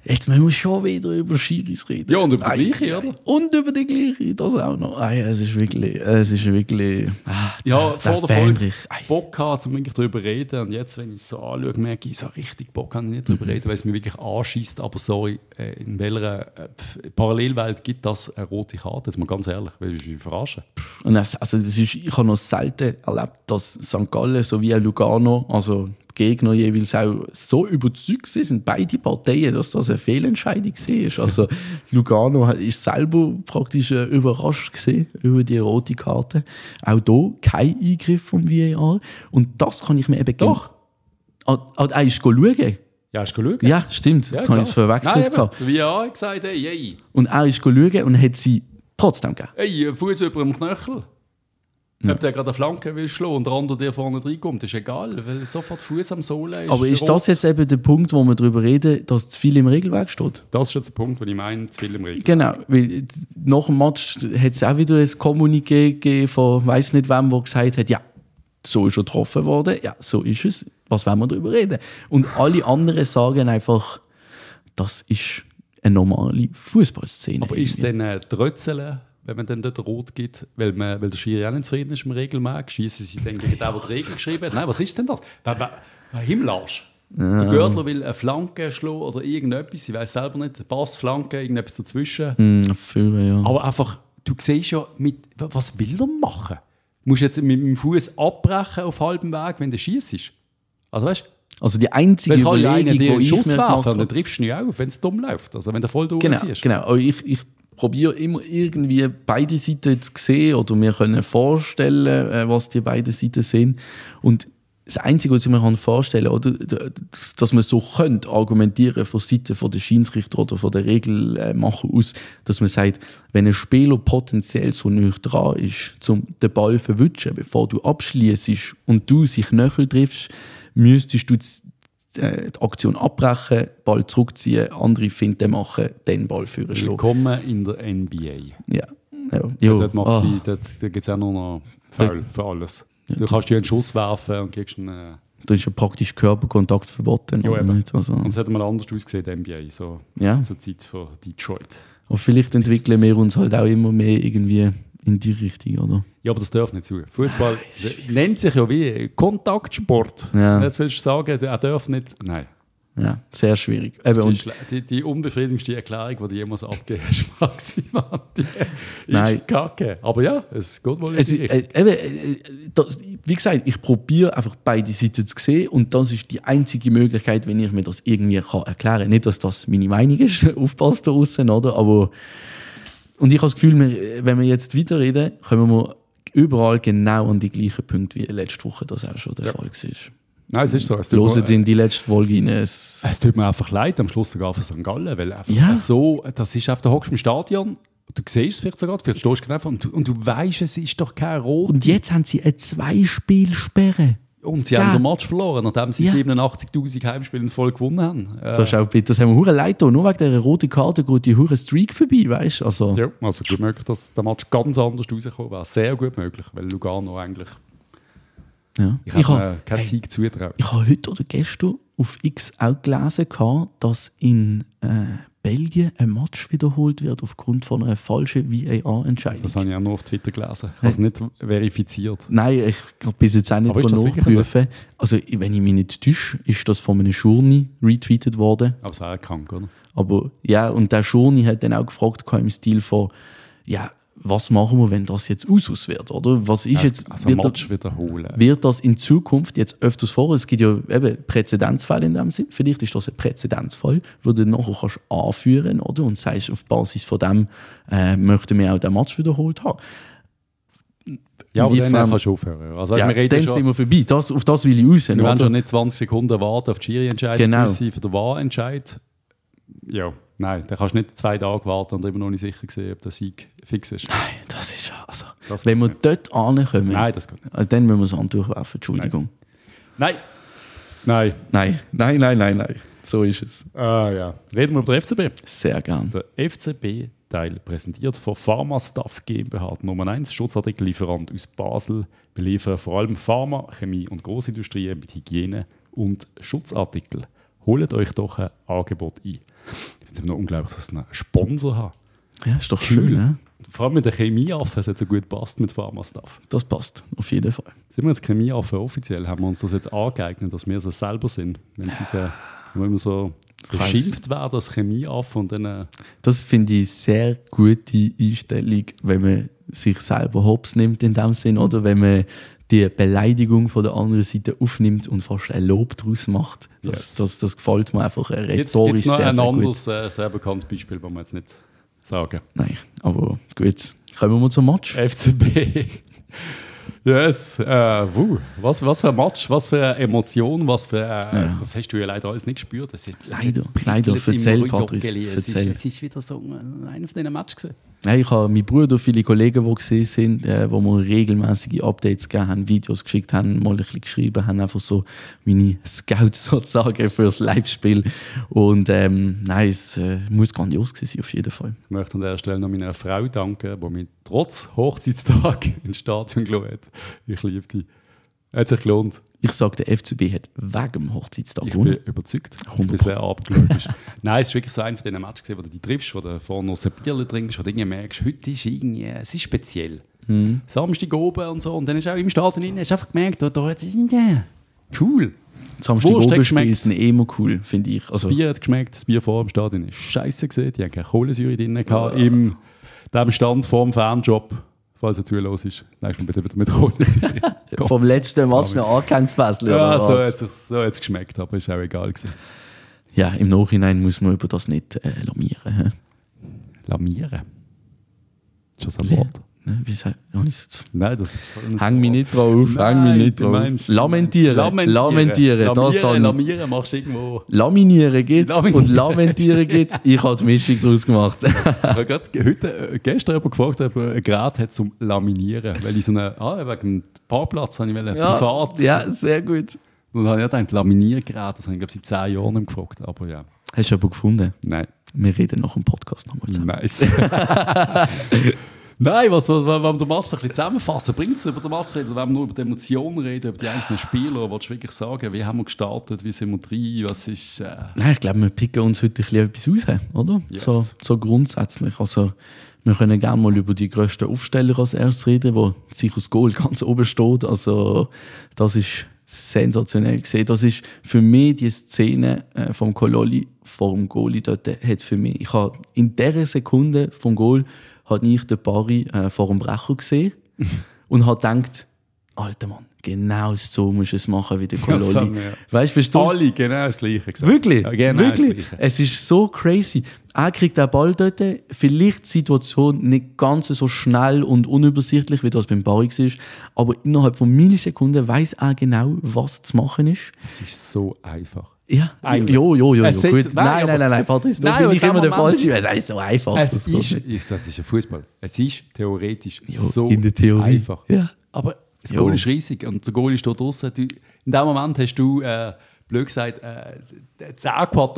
S2: Jetzt müssen wir schon wieder über Schiris reden.
S1: Ja, und über
S2: Ei,
S1: die gleiche, oder?
S2: Und über die gleiche, das auch noch. Ah, ja, es ist wirklich, es ist wirklich. Ah,
S1: Ja,
S2: der-
S1: vor
S2: der
S1: der Folge
S2: Fähnrich. Ei.
S1: Bock hatte, um wirklich darüber zu reden. Und jetzt, wenn ich es so anschaue, merke ich, so richtig Bock habe ich nicht
S2: Mhm.
S1: darüber reden, weil es mich wirklich anschießt. Aber sorry, äh, in welcher äh, pf- Parallelwelt gibt das eine rote Karte? Jetzt mal ganz ehrlich, weil ich mich verarschen.
S2: Und das, also das ist, ich habe noch selten erlebt, dass St. Gallen sowie auch Lugano, also die Gegner jeweils auch so überzeugt sind, sind beide Parteien, dass das eine Fehlentscheidung war. Also Lugano hat- ist selber praktisch äh, überrascht gewesen über die rote Karte. Auch hier kein Eingriff vom VAR. Und das kann ich mir eben
S1: Doch.
S2: Ah, ah, ah, ist schauen.
S1: Ja, hast du geschaut?
S2: Ja, stimmt. Jetzt habe ich es verwechselt.
S1: Nein,
S2: gehabt.
S1: eben. Wie auch gesagt, ey, ey,
S2: Und er ist schauen und hat sie trotzdem gegeben.
S1: ey, Fuß über dem Knöchel. Ob der gerade eine Flanke will schlagen und der andere dir vorne reinkommt, ist egal, weil sofort Fuß am Sohle ist.
S2: Aber ist
S1: rot.
S2: das jetzt eben der Punkt, wo wir darüber reden, dass zu viel im Regelwerk steht?
S1: Das ist jetzt der Punkt, wo ich meine, zu viel im Regen.
S2: Genau, weil äh, nach dem Match hat es auch wieder ein Kommuniqué gegeben von weiß nicht wem, der gesagt hat, ja, so ist er getroffen worden, ja, so ist es, was wollen wir darüber reden? Und alle anderen sagen einfach, das ist eine normale Fußballszene.
S1: Aber ist es dann äh, Trötzeln, wenn man dann dort rot gibt, weil, man, weil der Schiri auch nicht zufrieden ist mit dem Regelmarkt? Schießen sie dann gegen den, der die Regel geschrieben hat? Nein, was ist denn das? Wer, wer, wer Himmelarsch. Der Görtler will eine Flanke schlagen oder irgendetwas, ich weiß selber nicht, Pass, Flanke, irgendetwas dazwischen.
S2: Hm, Führer, ja.
S1: Aber einfach, du siehst ja, mit, was will er machen? Musst du jetzt mit dem Fuß abbrechen auf halbem Weg, wenn du schießt? Also weißt du,
S2: Also die einzige
S1: es kann ja einer
S2: Überlegung,
S1: dir
S2: die
S1: einen
S2: ich
S1: Schuss
S2: mir gemacht
S1: werfen, und
S2: habe,
S1: dann triffst du ihn ja auch, wenn es dumm läuft. Also wenn du voll
S2: Genau,
S1: durchziehst.
S2: genau. Aber ich, ich probiere immer irgendwie beide Seiten zu sehen oder mir können vorstellen, äh, was die beiden Seiten sind. Und das Einzige, was ich mir kann vorstellen oder d- dass- dass man so könnte argumentieren von Seite von der Schiedsrichter oder von der Regelmacher aus, dass man sagt, wenn ein Spieler potenziell so nicht dran ist, zum den Ball verwutschen, bevor du abschließt und du sich Knöchel triffst, müsstest du z- äh, die Aktion abbrechen, Ball zurückziehen, andere Finte machen, den Ball führen schlagen.
S1: Willkommen in der NBA.
S2: Ja. Ja. Jo.
S1: Dort, macht
S2: Ah.
S1: sie, dort, dort gibt es auch nur noch Foul für alles. Du kannst dir einen Schuss werfen und kriegst einen. Äh,
S2: Ah, Da ist ja praktisch Körperkontakt verboten.
S1: Ja,
S2: oder
S1: eben.
S2: nicht? Also,
S1: und es hat mal anders ausgesehen, in der NBA, so
S2: ja.
S1: zur Zeit von Detroit.
S2: Und vielleicht entwickeln wir uns halt auch immer mehr irgendwie in die Richtung, oder?
S1: Ja, aber das darf nicht zu. Fußball nennt sich ja wie Kontaktsport.
S2: Ja.
S1: Und Jetzt willst du sagen, er darf nicht. Nein.
S2: Ja, sehr schwierig. Eben,
S1: Die,
S2: und
S1: schle- die, die unbefriedigendste Erklärung, die du jemals abgegeben hast, Maxim, die ist
S2: Nein.
S1: kacke. Aber ja, es geht wohl in
S2: Es,
S1: die
S2: ist-
S1: Richtung.
S2: äh, eben, äh, das, wie gesagt, ich probiere einfach beide Seiten zu sehen und das ist die einzige Möglichkeit, wenn ich mir das irgendwie kann erklären kann. Nicht, dass das meine Meinung ist, aufpasst da draussen, oder? Aber und ich habe das Gefühl, wir, äh, wenn wir jetzt weiterreden, kommen wir überall genau an die gleichen Punkte, wie letzte Woche das auch schon der Fall war.
S1: Nein, es ist so. Es tut mir-
S2: Loset in die letzte Folge rein. Es,
S1: Es tut mir einfach leid, am Schluss sogar für St. Gallen, weil einfach
S2: Ja.
S1: so, das ist einfach, du hockst im Stadion, du siehst es vielleicht sogar, vielleicht stehst du genau vor und du, und du weißt, es ist doch kein Rot.
S2: und jetzt haben sie eine Zweispielsperre.
S1: Und sie
S2: Ja.
S1: haben den Match verloren, nachdem sie
S2: Ja.
S1: 87'000 Heimspiele in Folge gewonnen haben. Äh,
S2: Das, ist auch, bitter. das haben wir hure leid getan. Nur wegen dieser roten Karte geht die hure Streak vorbei, weißt du? Also,
S1: ja, also gut möglich, dass der Match ganz anders rausgekommen wäre. Sehr gut möglich, weil Lugano eigentlich,
S2: ja.
S1: ich, ich
S2: hab-
S1: habe keinen Sieg zutraut.
S2: ich habe heute oder gestern auf X auch gelesen, gehabt, dass in äh, Belgien ein Match wiederholt wird aufgrund von einer falschen VAR-Entscheidung.
S1: Das habe ich auch nur auf Twitter gelesen. Ich habe es nicht verifiziert.
S2: Nein, ich kann bis jetzt auch nicht
S1: Aber ist das wirklich
S2: nachprüfen. Also, wenn ich mich nicht täusche, ist das von einem Journey retweetet worden.
S1: Aber es wäre krank, oder?
S2: Aber ja, und der Schoni hat dann auch gefragt, gehabt im Stil von, ja, was machen wir, wenn das jetzt Usus wird, oder? Was ist jetzt,
S1: also
S2: wird,
S1: Match wiederholen.
S2: wird das in Zukunft jetzt öfters vor? Es gibt ja eben Präzedenzfälle in dem Sinn. Vielleicht ist das ein Präzedenzfall, wo du nachher kannst anführen, oder? Und sagst, auf Basis von dem äh, möchten wir auch den Match wiederholt haben.
S1: ja, aber dann
S2: inwiefern-
S1: kannst du aufhören. Also,
S2: Ja,
S1: wir reden
S2: dann
S1: schon-
S2: sind wir vorbei. Das, auf das will ich raus,
S1: Wir werden
S2: oder?
S1: schon nicht 20 Sekunden warten auf die Schiri-Entscheidung,
S2: Genau.
S1: bis sie für den Wahr-Entscheid. Ja, nein, da kannst du nicht zwei Tage warten und immer noch nicht sicher sehen, ob der Sieg fix ist.
S2: Das ist ja, also,
S1: Das
S2: wenn wir
S1: geht
S2: dort ankommen,
S1: Nein, das geht nicht.
S2: also dann müssen wir das Handtuch werfen, Entschuldigung.
S1: Nein! Nein.
S2: Nein, nein, nein, nein, nein. So ist es.
S1: Ah ja. Reden wir über den FCB.
S2: Sehr gern.
S1: Der FCB-Teil präsentiert von Pharmastaff GmbH Nummer 1, Schutzartikellieferant aus Basel, beliefern vor allem Pharma, Chemie und Großindustrie mit Hygiene und Schutzartikel. holt euch doch ein Angebot ein. Ich finde es immer noch unglaublich, dass sie einen Sponsor haben.
S2: Ja, ist doch schön,
S1: Cool.
S2: ne?
S1: Vor allem mit der Chemieaffe, es hat so gut gepasst mit Pharma-Stuff.
S2: Das passt, auf jeden Fall.
S1: Sind wir jetzt Chemieaffe offiziell? Haben wir uns das jetzt angeeignet, dass wir es selber sind? Wenn sie so, wenn wir so
S2: weiss.
S1: beschimpft werden als Chemieaffe und dann. Äh,
S2: Das finde ich sehr gute Einstellung, wenn man sich selber hops nimmt in dem Sinn oder wenn man die Beleidigung von der anderen Seite aufnimmt und fast ein Lob daraus macht. Das,
S1: Yes.
S2: das, das gefällt mir einfach äh,
S1: jetzt gibt's
S2: rhetorisch
S1: noch
S2: sehr,
S1: ein
S2: sehr gut.
S1: anderes, äh, sehr bekanntes Beispiel, das wir jetzt nicht sagen.
S2: Nein, aber gut. Kommen wir zum Match.
S1: FCB. Yes, äh, wuh. Was, was für ein Match, was für eine Emotion, was für. Äh, Das hast du ja leider alles nicht gespürt. Das hat,
S2: Leider, leider. Erzähl, Patrice,
S1: Es ist,
S2: erzähl.
S1: es ist wieder so äh, einer von diesen Matches. gewesen.
S2: Nein, ich habe meinen Bruder, viele Kollegen, die gesehen sind, äh, wo mir regelmäßige Updates gegeben haben, Videos geschickt haben, mal ein bisschen geschrieben haben, einfach so meine Scouts sozusagen fürs Live-Spiel. Und ähm, nein, es äh, muss grandios gewesen sein, auf jeden Fall.
S1: Ich möchte an dieser Stelle noch meiner Frau danken, die mich trotz Hochzeitstag ins Stadion gelassen hat. Ich liebe dich. Hat sich gelohnt.
S2: Ich sage, der FCB hat wegen dem Hochzeitstag
S1: Ich
S2: gewonnen.
S1: bin überzeugt. Ich bin
S2: Wunderbar.
S1: sehr abgelöst. Nein, es ist wirklich so einer von diesen Matches, gewesen, wo du dich triffst, wo du vorne noch ein Bierchen trinkst, wo du irgendwie merkst, heute ist irgendwie, es ist speziell. Samstag oben und so. Und dann ist auch im Stadion drin, hast du einfach gemerkt, da, da jetzt ist irgendwie cool.
S2: Samstag
S1: Wurst hat
S2: oben
S1: geschmeckt.
S2: spielen ist immer cool, finde ich. Also,
S1: Das Bier hat geschmeckt, das Bier vor dem Stadion ist scheiße gesehen. Die haben keine Kohlensäure drin gehabt. Im dem Stand vor dem Fanjob, falls er zulos ist. Nächstes Mal bitte wieder mit Kohlensäure.
S2: vom letzten Match noch angehängt zu fesseln,
S1: ja,
S2: oder
S1: so
S2: was?
S1: hat es so hat's geschmeckt, aber ist auch egal gewesen.
S2: Ja, im Nachhinein muss man über das nicht äh, lamieren. hä?
S1: Lamieren. Ist das ein Wort?
S2: Ne? Wie sagt man das?
S1: Nein, das ist
S2: Häng mich nicht drauf, häng mich nicht drauf. lamentieren, lamentieren, das
S1: lamentieren,
S2: habe ich.
S1: lamentieren machst du irgendwo.
S2: Laminieren gibt's
S1: Laminieren.
S2: und Lamentieren gibt's. Ich habe die Mischung daraus gemacht.
S1: Ich habe gerade ge- heute, äh, gestern jemand gefragt, ob er ein Gerät hat zum Laminieren. Weil ich so einen, ah, wegen dem Parkplatz habe ich wollen, privat.
S2: ja, sehr gut.
S1: Und dann habe ich gedacht, Laminiergerät, das habe ich glaube ich seit 10 Jahren nicht mehr gefragt. Aber ja,
S2: Hast du aber gefunden?
S1: nein.
S2: Wir reden nach dem Podcast nochmal zusammen.
S1: Nice. Nein, was, was, was, wenn wir den Match so ein bisschen zusammenfassen, bringt es über den Match zu reden, wenn wir nur über die Emotionen reden, über die einzelnen Spieler, willst du wirklich sagen, wie haben wir gestartet, wie sind wir drin, was ist... Äh,
S2: Nein, ich glaube, wir picken uns heute ein bisschen etwas raus, oder?
S1: Yes.
S2: So, so grundsätzlich. Also, wir können gerne mal über die grössten Aufsteller als erstes reden, wo sicher das Goal ganz oben steht. Also, das ist sensationell gesehen. Das ist für mich die Szene äh, vom Kololi vor dem Goalie dort, hat für mich, ich habe in dieser Sekunde vom Goal, habe ich den Barry äh, vor dem Brecher gesehen und habe gedacht, alter Mann, genau so musst du es machen wie der
S1: das haben
S2: Kololi.
S1: wir, ja.
S2: Weißt du, verstehst du?
S1: alle genau das Gleiche gesagt.
S2: Wirklich?
S1: Ja, genau
S2: Wirklich?
S1: das Gleiche.
S2: Es ist so crazy. Er kriegt den Ball dort, vielleicht die Situation nicht ganz so schnell und unübersichtlich, wie das beim Barry war, aber innerhalb von Millisekunden weiß er genau, was zu machen ist.
S1: Es ist so einfach.
S2: Ja,
S1: Eigentlich.
S2: jo, jo, jo, jo.
S1: Es
S2: Gut.
S1: setzt- nein,
S2: Nein, nein,
S1: aber-
S2: nein, nein, Patrice, da
S1: Nein,
S2: bin
S1: aber
S2: ich
S1: der
S2: immer der
S1: Moment-
S2: Falsche. Es ist so einfach.
S1: Es
S2: das geht
S1: ist,
S2: nicht.
S1: ich sage, es ist ein Fußball. Es ist theoretisch so
S2: in der Theorie.
S1: einfach.
S2: Ja.
S1: Aber das
S2: Jo.
S1: Goal ist riesig und der Goal ist da draußen. Du- In dem Moment hast du, äh, blöd gesagt, äh, den 10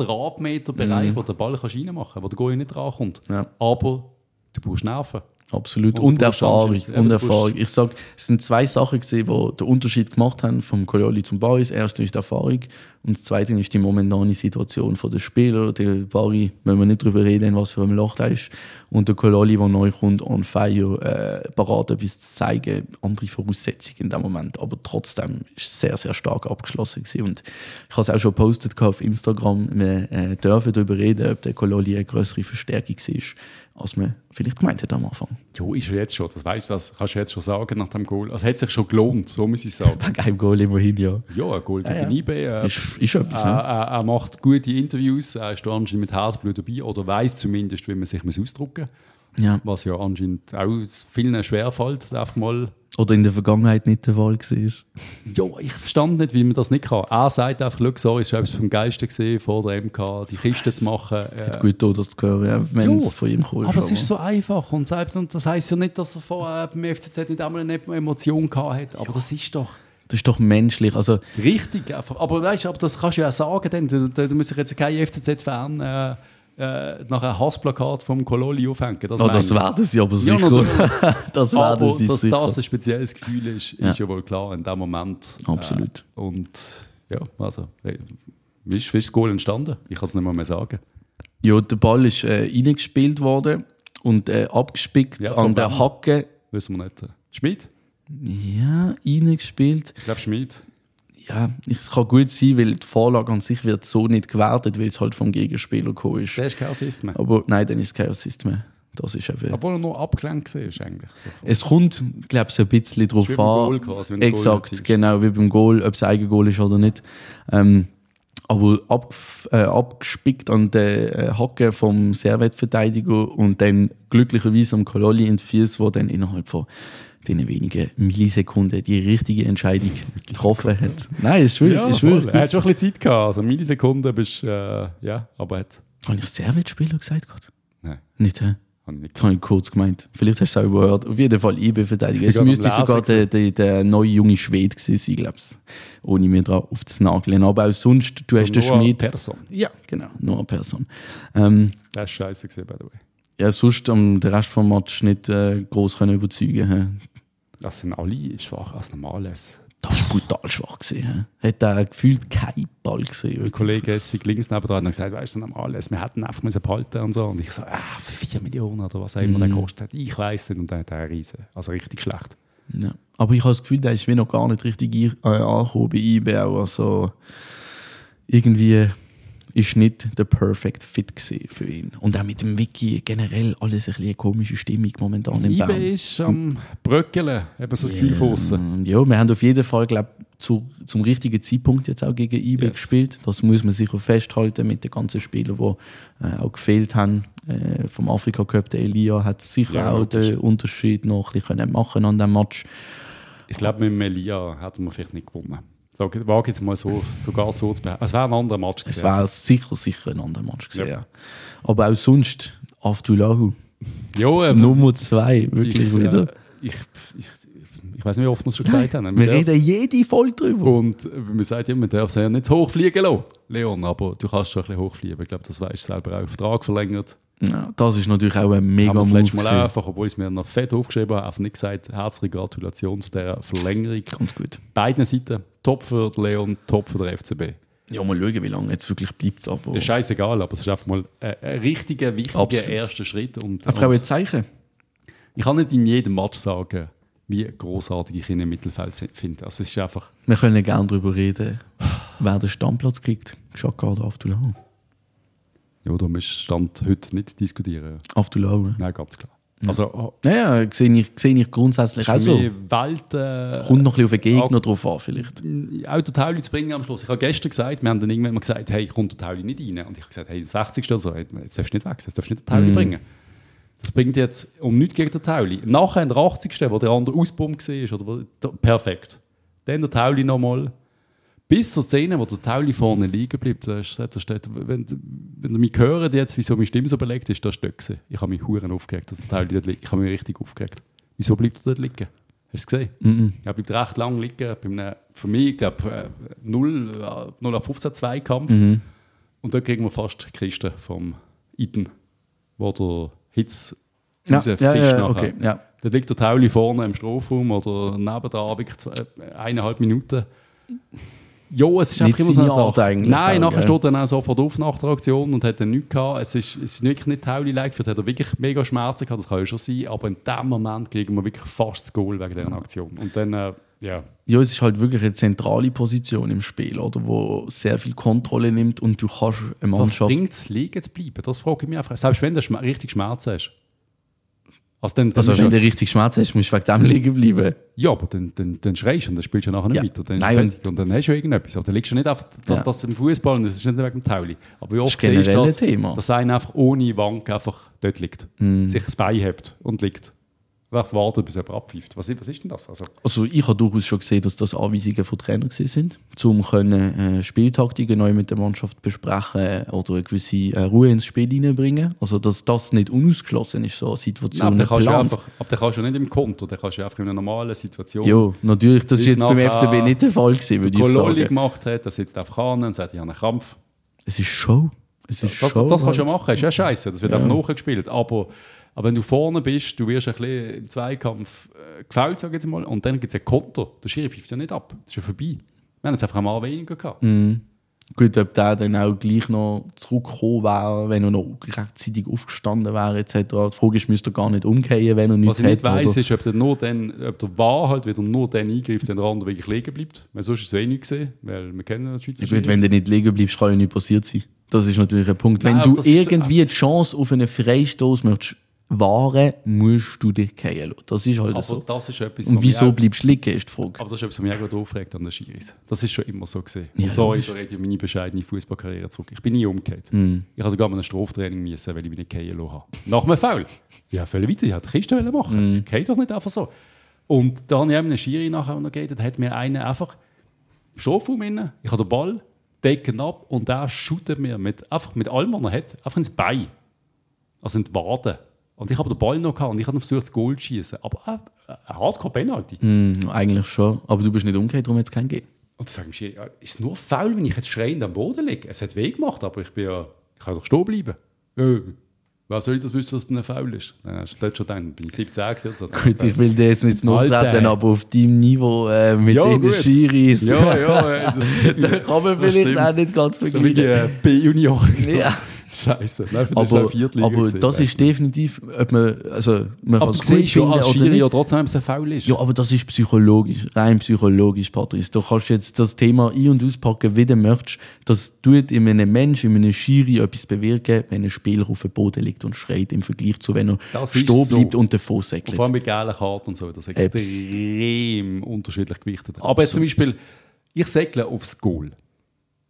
S1: Quadratmeter Bereich, wo der Ball kannst reinmachen kannst, wo der Goal nicht rankommt.
S2: Ja.
S1: Aber du brauchst Nerven.
S2: Absolut.
S1: Und
S2: Und
S1: du brauchst
S2: Erfahrung.
S1: Anschluss. Ja,
S2: Und
S1: du brauchst-
S2: Erfahrung. Ich sag, es sind zwei Sachen gesehen, die den Unterschied gemacht haben vom Cololi zum Bari. Das erste ist die Erfahrung und das zweite ist die momentane Situation der Spieler. Der Bari, wenn wir nicht drüber reden, was für ein Loch da ist. Und der Cololi, der neu kommt, on fire, äh, parat etwas zu zeigen. Andere Voraussetzungen in dem Moment. Aber trotzdem ist sehr, sehr stark abgeschlossen gewesen. Und ich habe es auch schon gepostet gehabt auf Instagram. Wir äh, dürfen darüber reden, ob der Cololi eine größere Verstärkung war, als man vielleicht gemeint hat am Anfang.
S1: Jo, ist ja jetzt schon. Das weißt du, das kannst du jetzt schon sagen nach dem Goal. Also, es hat sich schon gelohnt, so muss ich sagen.
S2: Ein Goal immerhin, ja.
S1: ja, ein Goal gegen
S2: ja.
S1: eBay. Äh,
S2: Ist, ist etwas,
S1: Er,
S2: ne?
S1: er, er macht gute Interviews, er ist da anscheinend mit Herzblut dabei oder weiß zumindest, wie man sich muss ausdrücken muss.
S2: Ja.
S1: Was ja anscheinend auch vielen schwerfällt, einfach mal.
S2: Oder in der Vergangenheit nicht der Fall war.
S1: Ja, ich verstand nicht, wie man das nicht kann. Er sagt einfach, schau, so ist etwas vom Geiste gesehen, vor der MK, die Kiste zu machen. Äh,
S2: Gut, auch das zu hören, ja, wenn es von ihm kommt.
S1: aber es ist so einfach. Und selbst, und das heisst ja nicht, dass er vorher beim FCZ nicht einmal eine Emotion gehabt hat. Aber das ist doch.
S2: Das ist doch menschlich. Also,
S1: Richtig, einfach. Aber weißt du, aber das kannst du ja auch sagen, denn du, du, du musst dich jetzt kein FCZ-Fan äh, äh, nach einem Hassplakat vom Kololi aufhängen. Das,
S2: oh,
S1: meine
S2: das
S1: ich.
S2: werden sie aber sicher.
S1: natürlich.
S2: das
S1: aber
S2: werden sie
S1: dass
S2: sicher.
S1: das ein spezielles Gefühl ist, ist ja wohl klar in dem Moment.
S2: Absolut.
S1: Äh, und ja, also, äh, Wie ist, wie ist das Goal entstanden? Ich kann es nicht mal mehr sagen.
S2: Ja, der Ball ist äh, reingespielt worden und äh, abgespickt
S1: Ja,
S2: an
S1: von
S2: der
S1: wem?
S2: Hacke.
S1: Wissen wir nicht. Schmid?
S2: Ja, reingespielt.
S1: Ich glaube Schmid.
S2: Ja, es kann gut sein, weil die Vorlage an sich wird so nicht gewertet, weil es halt vom Gegenspieler gekommen ist.
S1: Der ist kein Assist mehr.
S2: Aber nein, dann ist es kein Assist mehr. Das ist eben.
S1: Obwohl er noch abgelenkt war eigentlich. So von-
S2: Es kommt, glaube ich, so ein bisschen drauf
S1: wie beim
S2: an.
S1: Goal quasi, wenn du Goal
S2: Exakt,
S1: erzielst.
S2: genau, wie beim Goal, ob es Eigengoal ist oder nicht. Ähm, aber abgef- äh, abgespickt an den äh, Hacken vom Servetverteidiger und dann glücklicherweise am Kololi in die Füße, wo dann innerhalb von den wenigen Millisekunden die richtige Entscheidung getroffen hat. Nein, ist schwierig.
S1: Ja,
S2: ist
S1: voll.
S2: schwierig.
S1: er hat schon ein bisschen Zeit gehabt. Also Millisekunden bist äh, ja, aber er hat...
S2: Habe ich Servetspieler gesagt gerade?
S1: Nein,
S2: Nicht, hä?
S1: habe ich nicht.
S2: Das habe ich kurz gemeint. Vielleicht hast du es auch überhört. Auf jeden Fall, ich bin Verteidiger.
S1: Ich
S2: Es
S1: bin gerade
S2: müsste
S1: am Lesen
S2: sogar der, der, der neue junge Schwede gewesen sein, glaubst du. Ohne mir drauf aufzunageln. Aber auch sonst, du hast den
S1: Noah
S2: Schmied.
S1: Persson.
S2: Ja, genau. Nur eine Person. Ähm,
S1: Der ist scheiße gewesen, by the way.
S2: ja, sonst am den Rest vom Match nicht äh, groß können überzeugen können.
S1: Das sind alle schwach als normales.
S2: Das war brutal schwach. Gewesen, hä? Hat er gefühlt keinen Ball gesehen.
S1: Mein Kollege Essig links neben dran hat noch gesagt, weißt du, normales, wir hätten einfach müssen behalten und so. Und ich so, ah, für 4 Millionen oder was auch immer der
S2: Mhm.
S1: kostet. Ich weiß nicht. Und dann hat er riesen. Also richtig schlecht.
S2: Ja. Aber ich habe das Gefühl, der ist wie noch gar nicht richtig ein- äh, angekommen bei IBO. Also irgendwie ist nicht der perfect fit gewesen für ihn. Und auch mit dem Wiki generell alles ein bisschen eine komische Stimmung momentan in
S1: Ibe
S2: Bern.
S1: ist am Bröckeln, eben so das Gefühl von aussen.
S2: Ähm, Ja, wir haben auf jeden Fall, glaube zu, zum richtigen Zeitpunkt jetzt auch gegen IB
S1: Yes.
S2: gespielt. Das muss man sicher festhalten mit den ganzen Spielern, die äh, auch gefehlt haben. Äh, vom Afrika Cup, der Elia hat sicher
S1: Ja,
S2: auch
S1: logisch.
S2: den Unterschied noch ein bisschen können machen an dem Match.
S1: Ich glaube, mit Melia hätten wir vielleicht nicht gewonnen. So, wage jetzt mal so, sogar so zu behaupten. Es wäre ein anderer Match
S2: Es
S1: gewesen.
S2: war sicher, sicher ein anderer Match gewesen.
S1: Ja.
S2: Ja. Aber auch sonst, Aftulahu,
S1: Ja, ähm,
S2: Nummer zwei, wirklich
S1: ich,
S2: wieder.
S1: Äh, ich, ich, ich weiß nicht, wie oft wir es schon gesagt haben.
S2: Wir
S1: darf-
S2: reden jede Folge drüber.
S1: Und äh, man sagt immer, man darf es ja nicht zu hoch fliegen lassen, Leon. Aber du kannst schon ein bisschen hochfliegen. Ich glaube, das weißt du selber auch. Vertrag verlängert.
S2: Ja, das ist natürlich auch ein mega
S1: Aber das
S2: Move.
S1: letzte Mal auch
S2: gewesen.
S1: einfach, obwohl ich es mir noch fett aufgeschrieben habe, einfach nicht gesagt, herzliche Gratulation zu dieser Verlängerung.
S2: Ganz gut.
S1: Beiden Seiten. Top für Leon, top für den FCB.
S2: Ja, mal schauen, wie lange jetzt wirklich bleibt. Aber
S1: Ist scheißegal, aber es ist einfach mal ein, ein richtiger, wichtiger
S2: Absolut.
S1: erster Schritt. Und,
S2: einfach auch
S1: und
S2: ein Zeichen.
S1: ich kann nicht in jedem Match sagen, wie großartig ich ihn im Mittelfeld se- finde. Also es ist einfach,
S2: Wir können gerne darüber reden, wer den Stammplatz kriegt. Schakada Aftulahu.
S1: ja, da müsst Stand heute nicht diskutieren.
S2: Aftulahu.
S1: Nein, ganz klar. Also oh,
S2: Naja, sehe ich, sehe ich grundsätzlich auch
S1: für
S2: so.
S1: mich Welt... Äh,
S2: Kommt noch ein bisschen auf den Gegner
S1: Ak-
S2: drauf an, vielleicht.
S1: auch der Tauli zu bringen am Schluss. Ich habe gestern gesagt, wir haben dann irgendwann mal gesagt, hey, kommt der Tauli nicht rein. Und ich habe gesagt, hey, im 60. oder so, hey, jetzt darfst du nicht wechseln, jetzt darfst du nicht den Tauli bringen. Das bringt jetzt um nichts gegen den Tauli. Nachher in der 80. wo der andere ausbombt war, oder wo, da, perfekt. Dann der Tauli nochmal. Bis zur Szene, wo der Tauli vorne liegen bleibt, da ist- da steht, wenn, wenn ihr mich hört jetzt, wieso meine Stimme so belegt ist, das war dort. gewesen. Ich habe mich huren aufgeregt, dass der Tauli dort liegt. Ich habe mich richtig aufgeregt. Wieso bleibt er dort liegen? Hast du es gesehen?
S2: Mhm.
S1: Er bleibt recht lang liegen, bei einem, für mich, äh, glaube ich, 0 äh, ab 15 Zweikampf.
S2: Mhm.
S1: Und da kriegen wir fast die Kiste vom Iden, wo der Hitz
S2: Ja,
S1: rausfischt
S2: ja, ja,
S1: nachher.
S2: okay, ja.
S1: Dann liegt der Tauli vorne im Strafraum oder neben der Abend zwei, eineinhalb Minuten. Jo, es ist
S2: Nicht
S1: einfach immer so eine
S2: seine Art
S1: Sache.
S2: eigentlich
S1: Nein,
S2: auch,
S1: nachher
S2: gell?
S1: steht er dann auch sofort auf nach der Aktion und hat dann nichts gehabt. Es ist, es ist wirklich nicht Tauli-like, vielleicht hat er wirklich mega Schmerzen gehabt, das kann ja schon sein, aber in dem Moment kriegen wir wirklich fast das Goal wegen dieser Aktion. Und dann, äh, ja,
S2: Ja, es ist halt wirklich eine zentrale Position im Spiel, oder? Wo sehr viel Kontrolle nimmt und du kannst eine
S1: was
S2: Mannschaft.
S1: bringt es, liegen zu bleiben? Das frage ich mich einfach. Selbst wenn du Schmer richtig Schmerzen hast. Also dann, dann
S2: Also,
S1: ist
S2: wenn
S1: ja-
S2: du richtig Schmerz hast, musst du wegen dem liegen bleiben.
S1: Ja, aber dann, dann, dann schreist du und dann spielst du ja nachher nicht
S2: Ja.
S1: weiter. Dann
S2: Nein,
S1: Nein, und, und dann hast du ja irgendetwas. Aber dann liegst du nicht auf das,
S2: Ja.
S1: das im Fußball und das ist nicht wegen dem Tauli. Aber wie oft
S2: ist
S1: siehst du
S2: generell
S1: das,
S2: ein Thema. Mhm.
S1: dass einer einfach ohne Wank einfach dort liegt. Sich das Bein hebt und liegt. Und einfach wartet, bis jemand abpfeift. Was, ist- was ist denn das? Also,
S2: Also, ich habe durchaus schon gesehen, dass das Anweisungen von Trainern gewesen sind, um können, äh, Spieltaktiken neu mit der Mannschaft besprechen oder eine gewisse äh, Ruhe ins Spiel hineinbringen. Also, dass das nicht unausgeschlossen ist, so eine Situation.
S1: Nein, aber dann kannst du ja
S2: geplant.
S1: einfach, aber dann kannst du ja nicht im Konto, dann kannst du ja einfach in einer normalen Situation.
S2: Ja, natürlich, das ist
S1: Bis
S2: jetzt beim
S1: nachher
S2: FCB nicht der Fall gewesen, würde ich
S1: Kololi
S2: sagen.
S1: gemacht hat, dann sitzt er auf Kahn und sagt, ich habe einen Kampf.
S2: Es ist Show. Es ist
S1: Das,
S2: Show.
S1: das kannst du ja
S2: halt.
S1: machen, ist ja scheiße, das wird einfach nachgespielt. Aber, aber wenn du vorne bist, du wirst ein bisschen im Zweikampf äh, gefault, sag ich jetzt mal,
S2: Mm,
S1: und dann gibt es ein Konter. Der Schiri pfeift ja nicht ab, das ist ja vorbei. Wir haben jetzt einfach einmal weniger gehabt.
S2: Gut, ob der dann auch gleich noch zurückgekommen wäre, wenn er noch rechtzeitig aufgestanden wäre, etc. Die Frage ist, müsste er gar nicht umkehren, wenn er nichts
S1: Was ich nicht
S2: hat,
S1: weiss,
S2: oder?
S1: ist, ob der, nur dann, ob der Wahr halt wieder nur dann eingreift, wenn der andere wirklich liegen bleibt. Weil sonst ist es eh nicht gesehen, weil wir kennen ja die Schweizer
S2: Gut,
S1: Schiris.
S2: wenn du nicht liegen bleibst, kann ja nichts passiert sein. Das ist natürlich ein Punkt. Wenn
S1: Nein, aber
S2: du
S1: das ist so
S2: irgendwie die
S1: etwas-
S2: Chance auf einen Freistoß möchtest, wahren, musst du dich kehren lassen. Das ist halt
S1: Aber
S2: so.
S1: das ist etwas,
S2: Und
S1: was mich
S2: wieso
S1: auch-
S2: bleibst du liegen, ist die Frage.
S1: Aber das ist etwas, was mich auch gerade aufregt an den Schiris. Das ist schon immer so gesehen.
S2: Ja,
S1: Und sorry, da rede ich meine bescheidene Fußballkarriere zurück. Ich bin nie umgekehrt. Ich hatte sogar mal ein Straftraining müssen, weil ich mich nicht fallen lassen habe. Nach einem Foul. Ja, völlig weiter. Ich hätte die Kiste wollen machen. Ich gehe doch nicht einfach so. Und dann habe ich einen Schiri nachher auch noch gegeben. Da hat mir einer einfach im Strafraum innen, ich habe den Ball, decken ab und der shootet mir mit, einfach mit allem, was er hat, einfach ins Bein. Also in die Wade. Und ich habe den Ball noch gehabt und ich habe noch versucht, das Goal zu schießen. Aber äh, ein Hardcore-Penalty.
S2: Hm, eigentlich schon. Aber du bist nicht umgekehrt, darum hat es keinen gegeben.
S1: Und dann sage ich mir, ja, ist es nur faul, wenn ich jetzt schreiend am Boden liege? Es hat weh gemacht, aber ich bin ja, ich kann doch stehen bleiben. Äh, wer soll das wissen, dass es ein faul ist? Dann hast du dort schon gedacht, bin ich 17 gewesen oder so.
S2: Gut, ich will dir jetzt nicht nachtreten,
S1: Alter.
S2: aber auf deinem Niveau äh, mit
S1: Ja,
S2: den
S1: gut.
S2: Schiris
S1: ja, ja, äh, das,
S2: da kann man
S1: das
S2: vielleicht
S1: stimmt.
S2: auch nicht ganz
S1: So wie die
S2: vergleichen.
S1: äh, B-Junioren.
S2: Ja.
S1: Scheiße. Nein, für das ist
S2: Aber,
S1: auch Viertliga
S2: aber
S1: gewesen.
S2: das ist definitiv, ob man, also, man kann
S1: Aber
S2: es
S1: du
S2: gut
S1: siehst schon
S2: finden
S1: als
S2: oder
S1: Schiri
S2: nicht.
S1: ja trotzdem, dass es ein faul ist.
S2: Ja, aber das ist psychologisch, rein psychologisch, Patrice. Du kannst jetzt das Thema ein- und auspacken, wie du möchtest. Das tut in einem Mensch, in einem Schiri etwas bewirken, wenn ein Spieler auf dem Boden liegt und schreit, im Vergleich zu, wenn er
S1: Das ist
S2: stehen
S1: so.
S2: bleibt und davon säckelt.
S1: Und vor allem mit gelben Karten und so, das ist
S2: Abs-
S1: extrem unterschiedlich gewichtet. Aber jetzt zum Beispiel, ich segle aufs Goal.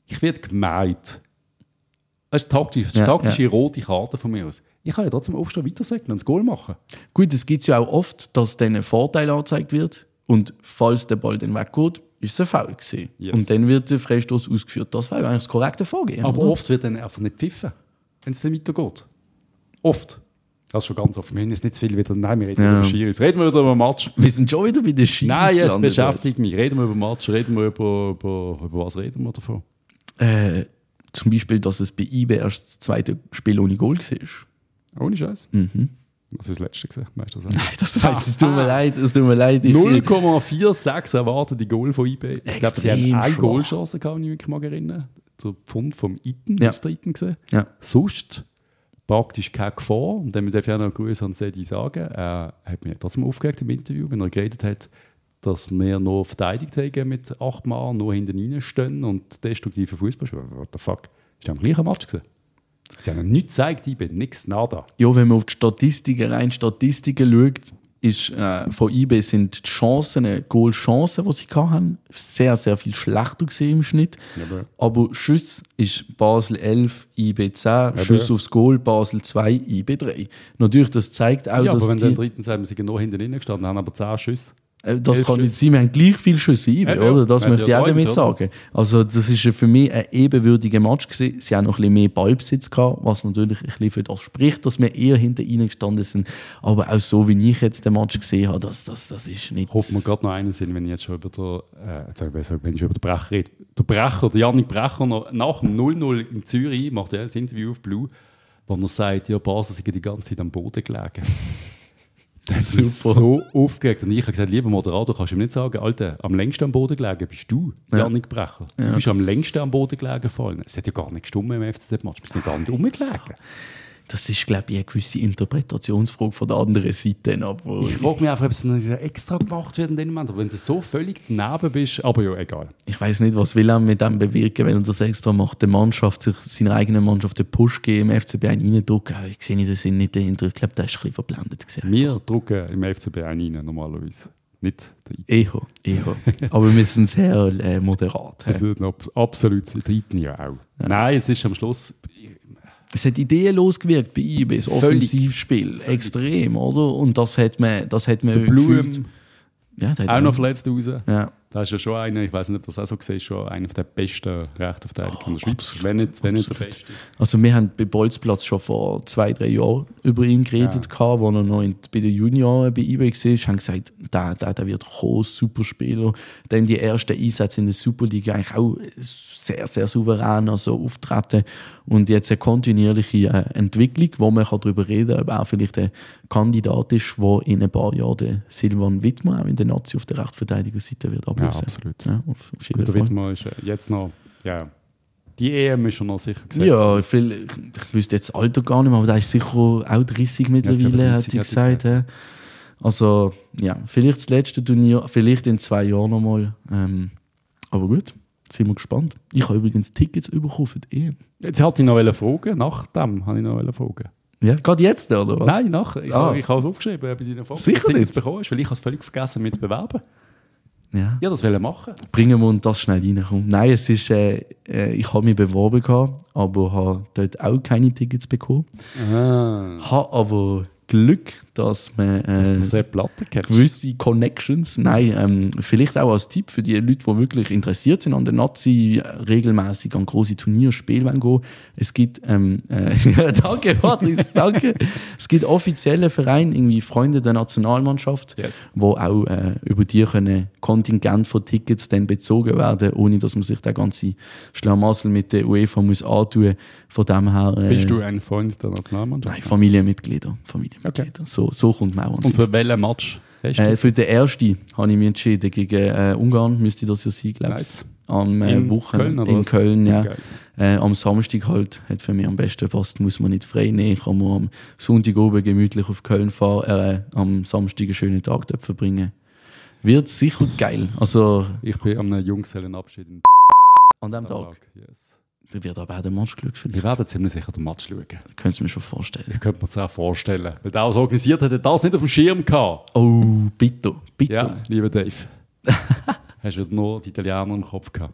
S1: Ich werde gemeint. Das ist taktisch, das ist
S2: Ja,
S1: taktische rote Karte von mir aus. Ich kann ja trotzdem aufstehen, weiter segeln und das Goal machen.
S2: Gut, es gibt ja auch oft, dass dann ein Vorteil angezeigt wird und falls der Ball dann weggeht, ist es ein Foul gewesen.
S1: Yes.
S2: Und dann wird der Freistoß ausgeführt. Das wäre eigentlich das korrekte Vorgehen.
S1: Aber
S2: oder?
S1: oft wird dann einfach nicht pfiffen, wenn es dann weitergeht. Oft. Das ist schon ganz oft. Wir haben jetzt nicht zu viel wieder. Nein, wir reden
S2: Ja.
S1: über Schiris. Reden wir wieder über Match.
S2: wir sind schon wieder bei den Schiris
S1: Nein, es
S2: gelandet.
S1: beschäftigt mich. Reden wir über Match, reden wir über, über, über was reden wir davon?
S2: Äh, zum Beispiel, dass es bei IB erst das zweite Spiel ohne Goal war.
S1: Ohne Scheiß. Mhm. Das ist das letzte gesagt, meistens.
S2: Das heißt, es
S1: Ah.
S2: tut mir leid, es tut mir leid. Ich,
S1: 0,46 erwartete Goal von IB. Ich glaube, die
S2: Extrem
S1: haben eine
S2: schwach.
S1: Goalchance gehabt, wenn ich mich mal erinnere. Zur Pfund vom Iten,
S2: Ja.
S1: aus der Iten gesehen.
S2: Ja.
S1: Sonst praktisch keine Gefahr. Und dann darf ich auch noch einen Gruß an Sedi sagen. Er hat mich trotzdem aufgeregt im Interview, wenn er geredet hat, dass wir noch verteidigt haben mit acht Mann, nur hinten reinstehen und destruktiven Fußball spielen. What the fuck? Ist ja am gleichen Match gewesen. Sie haben nichts gezeigt, IB. Nichts, nada.
S2: ja, wenn man auf die Statistiken, rein Statistiken schaut, ist, äh, von IB sind die Chancen, äh, Goal-Chancen, die sie hatten, sehr, sehr viel schlechter gewesen im Schnitt.
S1: aber-
S2: Aber Schüsse ist Basel 11, IB 10, Schüsse aufs Goal, Basel 2, IB 3. Natürlich, Also das zeigt auch,
S1: Ja,
S2: dass
S1: aber wenn dann
S2: die,
S1: drittens haben sie genau hinten rein gestanden, haben aber 10 Schüsse.
S2: Äh, Das
S1: Elf
S2: kann nicht
S1: Schüsse.
S2: sein, wir haben gleich viele Schüsse wie IBE,
S1: Ja, ja.
S2: oder? Das
S1: Ja,
S2: möchte ich
S1: ja,
S2: auch damit
S1: träumt, oder?
S2: sagen. Also, das ist für mich ein ebenwürdiger Match. Gewesen. Sie haben noch ein bisschen mehr Ballbesitz gehabt, was natürlich ein bisschen für das spricht, dass wir eher hinter ihnen gestanden sind. Aber auch so, wie ich jetzt den Match gesehen habe, das, das, das ist nicht.
S1: Ich hoffe, wir gerade noch einen sind, wenn ich jetzt schon über den, äh, jetzt sag ich besser, wenn ich über den Brecher rede. Der Brecher, der Janik Brecher, noch nach dem 0-0 in Zürich, macht er ein Interview auf Blue, wo er sagt, ja, Basel sind die ganze Zeit am Boden gelegen. Das ist
S2: Super.
S1: so aufgeregt. Und ich habe gesagt, lieber Moderator, kannst du ihm nicht sagen, Alter, am längsten am Boden gelegen bist du, Janik Brecher. du bist am längsten am Boden gelegen fallen. Es hat ja gar nicht gestummt im FCZ-Match. Bist du gar nicht rumgelegen.
S2: Das ist, glaube ich, eine gewisse Interpretationsfrage von der anderen Seite. ne? Aber
S1: Ich frage mich einfach, ob es dann extra gemacht wird in dem Moment. Aber wenn du so völlig daneben bist, aber ja, egal.
S2: ich weiß nicht, was will er mit dem bewirken, wenn er das extra macht, der Mannschaft, sich seiner eigenen Mannschaft den Push geben, im FCB einen reindrücken. Ich sehe nicht den Sinn nicht dahinter. Ich glaube, der ist ein bisschen verblendet. Gewesen.
S1: Wir drücken im FCB einen rein, normalerweise. Nicht der Iten.
S2: Eho, eho. Aber wir sind sehr äh, moderat. hä?
S1: Also, ab- Absolut, der Iten ja auch. Nein, es ist am Schluss.
S2: Es hat ideenlos gewirkt bei IB, das Offensivspiel. Extrem, oder? Und das hat man, das hat man gefühlt.
S1: Blum
S2: Ja, der hat
S1: auch noch verletzt raus.
S2: Ja.
S1: Da ist ja schon einer, ich weiß nicht, ob das auch so gesehen ist, schon einer der besten Rechtsverteidiger in der Schweiz.
S2: Oh, absolut,
S1: wenn nicht, wenn nicht der
S2: absolut.
S1: beste.
S2: Also wir haben bei Bolzplatz schon vor zwei, drei Jahren über ihn geredet, gehabt, wo er noch in, bei den Junioren bei eBay war. haben gesagt, der, der, der wird groß, super Spieler. Dann die ersten Einsätze in der Superliga eigentlich auch sehr, sehr souverän also auftreten. Und jetzt eine kontinuierliche äh, Entwicklung, wo man kann darüber reden kann, ob er vielleicht ein Kandidat ist, der in ein paar Jahren den Silvan Wittmann auch in der Nazi auf der Rechtsverteidigerseite wird ablösen.
S1: absolut.
S2: Ja, auf, auf jeden
S1: Der
S2: Fall.
S1: Wittmann ist äh, jetzt noch, ja, Die EM ist schon noch sicher gesetzt.
S2: Ja, viel, ich, ich wüsste jetzt das Alter gar nicht mehr, aber der ist sicher auch 30 mittlerweile,
S1: Ja,
S2: hat
S1: 37
S2: sie
S1: hat sie
S2: gesagt. hä? Also, ja, vielleicht das letzte Turnier, vielleicht in zwei Jahren nochmal. Ähm, aber gut, sind wir gespannt. Ich habe übrigens Tickets bekommen für die EM.
S1: Jetzt hatte ich noch eine Frage. Nach dem habe ich noch eine Frage.
S2: Ja, gerade jetzt, oder was?
S1: Nein, nach. Ich,
S2: Ah.
S1: habe, ich habe es aufgeschrieben bei deiner Frage.
S2: Sicher
S1: ob du Tickets
S2: nicht.
S1: bekommen hast, weil ich habe es völlig vergessen, mich zu bewerben.
S2: Ja.
S1: Ja, das wollte ich machen.
S2: Bringen wir uns das schnell rein. komm. Nein, es ist, äh, äh, ich habe mich beworben, gehabt, aber habe dort auch keine Tickets bekommen.
S1: Ah.
S2: Habe aber Glück, dass man... Äh,
S1: Dass du Sepp Blatter kennst.
S2: gewisse Connections. Nein, ähm, vielleicht auch als Tipp für die Leute, die wirklich interessiert sind an der Nazi, äh, regelmäßig an große Turnierspiele wollen gehen. Es gibt, ähm, äh, ja, danke Patrice, danke. Es gibt offizielle Vereine, irgendwie Freunde der Nationalmannschaft,
S1: Yes.
S2: wo auch äh, über die können Kontingent von Tickets dann bezogen werden, ohne dass man sich der ganze Schlamassel mit der UEFA muss antun. Von dem her... Äh,
S1: Bist du ein Freund der Nationalmannschaft?
S2: Nein, Familienmitglieder. Familienmitglieder. So, so kommt man auch an
S1: Und
S2: Tickets.
S1: für welchen Match hast du?
S2: Äh, für den ersten habe ich mich entschieden. Gegen äh, Ungarn müsste das ja sein, glaube ich.
S1: Nice.
S2: Am äh,
S1: In
S2: Wochenende
S1: Köln, oder
S2: in
S1: was?
S2: Köln, ja.
S1: Geil.
S2: Äh, am Samstag halt, hat für mich am besten gepasst, muss man nicht frei nehmen, kann man am Sonntag oben gemütlich auf Köln fahren, äh, am Samstag einen schönen Tag dort verbringen. Wird sicher geil. Also
S1: ich bin am Jungsellenabschied in
S2: an dem Tag
S1: Yes.
S2: da wird aber auch der Match Glück
S1: Wir
S2: verlieren.
S1: werden ziemlich sicher den Match schauen.
S2: Könnt ihr mir schon vorstellen.
S1: Ich könnte mir das auch vorstellen. Weil der, was organisiert hat, hat das nicht auf dem Schirm gehabt.
S2: Oh, bitte, bitte.
S1: Ja, lieber Dave. Hast du wieder nur die Italiener im Kopf gehabt?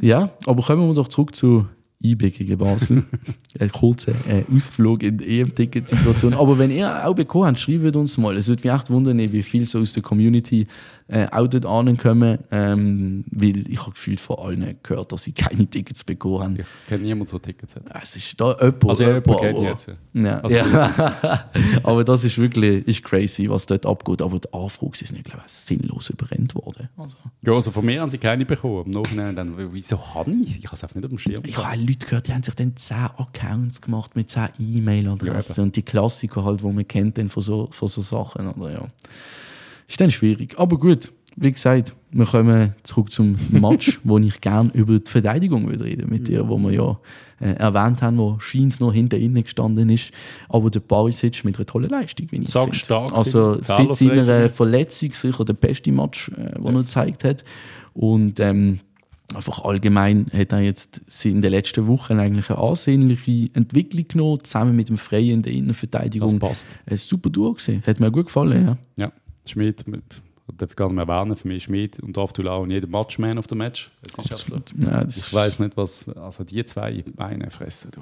S2: Ja, aber kommen wir doch zurück zu IB gegen Basel. Ein kurzer äh, Ausflug in die EM-Ticket-Situation. Aber wenn ihr auch bekommen habt, schreibt uns mal. Es würde mich echt wundern, wie viel so aus der Community äh, auch dort ankommen. Ähm, weil ich habe gefühlt von allen gehört, dass sie keine Tickets bekommen haben.
S1: Ich kenne niemanden, der Tickets hat.
S2: Es ist da jemand.
S1: Also ja, jemand kennt
S2: aber-
S1: jetzt.
S2: Ja.
S1: Also-
S2: ja. aber das ist wirklich ist crazy, was dort abgeht. Aber die Anfrage ist nicht, glaube ich, sinnlos überrennt worden. Also.
S1: Ja, also von mir haben sie keine bekommen. Im Nachhinein dann, wieso habe ich? Ich habe es einfach nicht auf dem Schirm.
S2: Ich habe auch Leute gehört, die haben sich dann 10 Accounts gemacht mit 10 E-Mail-Adressen und die Klassiker halt, die man kennt dann von so, von so Sachen. Oder, ja. Ist dann schwierig. Aber gut, wie gesagt, wir kommen zurück zum Match, wo ich gerne über die Verteidigung würde reden mit dir, wo wir ja äh, erwähnt haben, wo Scheins noch hinter innen gestanden ist. Aber der Barisic mit einer tollen Leistung, wie ich
S1: Sag
S2: finde.
S1: stark
S2: Also
S1: gewesen.
S2: seit seiner
S1: Fehlerfrei.
S2: Verletzung sicher der äh, beste Match, äh, den er gezeigt hat. Und ähm, einfach allgemein hat er jetzt in den letzten Wochen eigentlich eine ansehnliche Entwicklung genommen, zusammen mit dem Freien in der
S1: Das
S2: Innenverteidigung.
S1: passt.
S2: Äh, super Duo gesehen. Hat mir gut gefallen, ja.
S1: Ja, Schmidt, man darf ich gar nicht mehr erwähnen, für mich ist Schmidt und Aftula auch in jedem Match Man of the Match. Es ist einfach so.
S2: Ja, das
S1: Ich weiß nicht, was. Also die zwei Beine fressen. Du.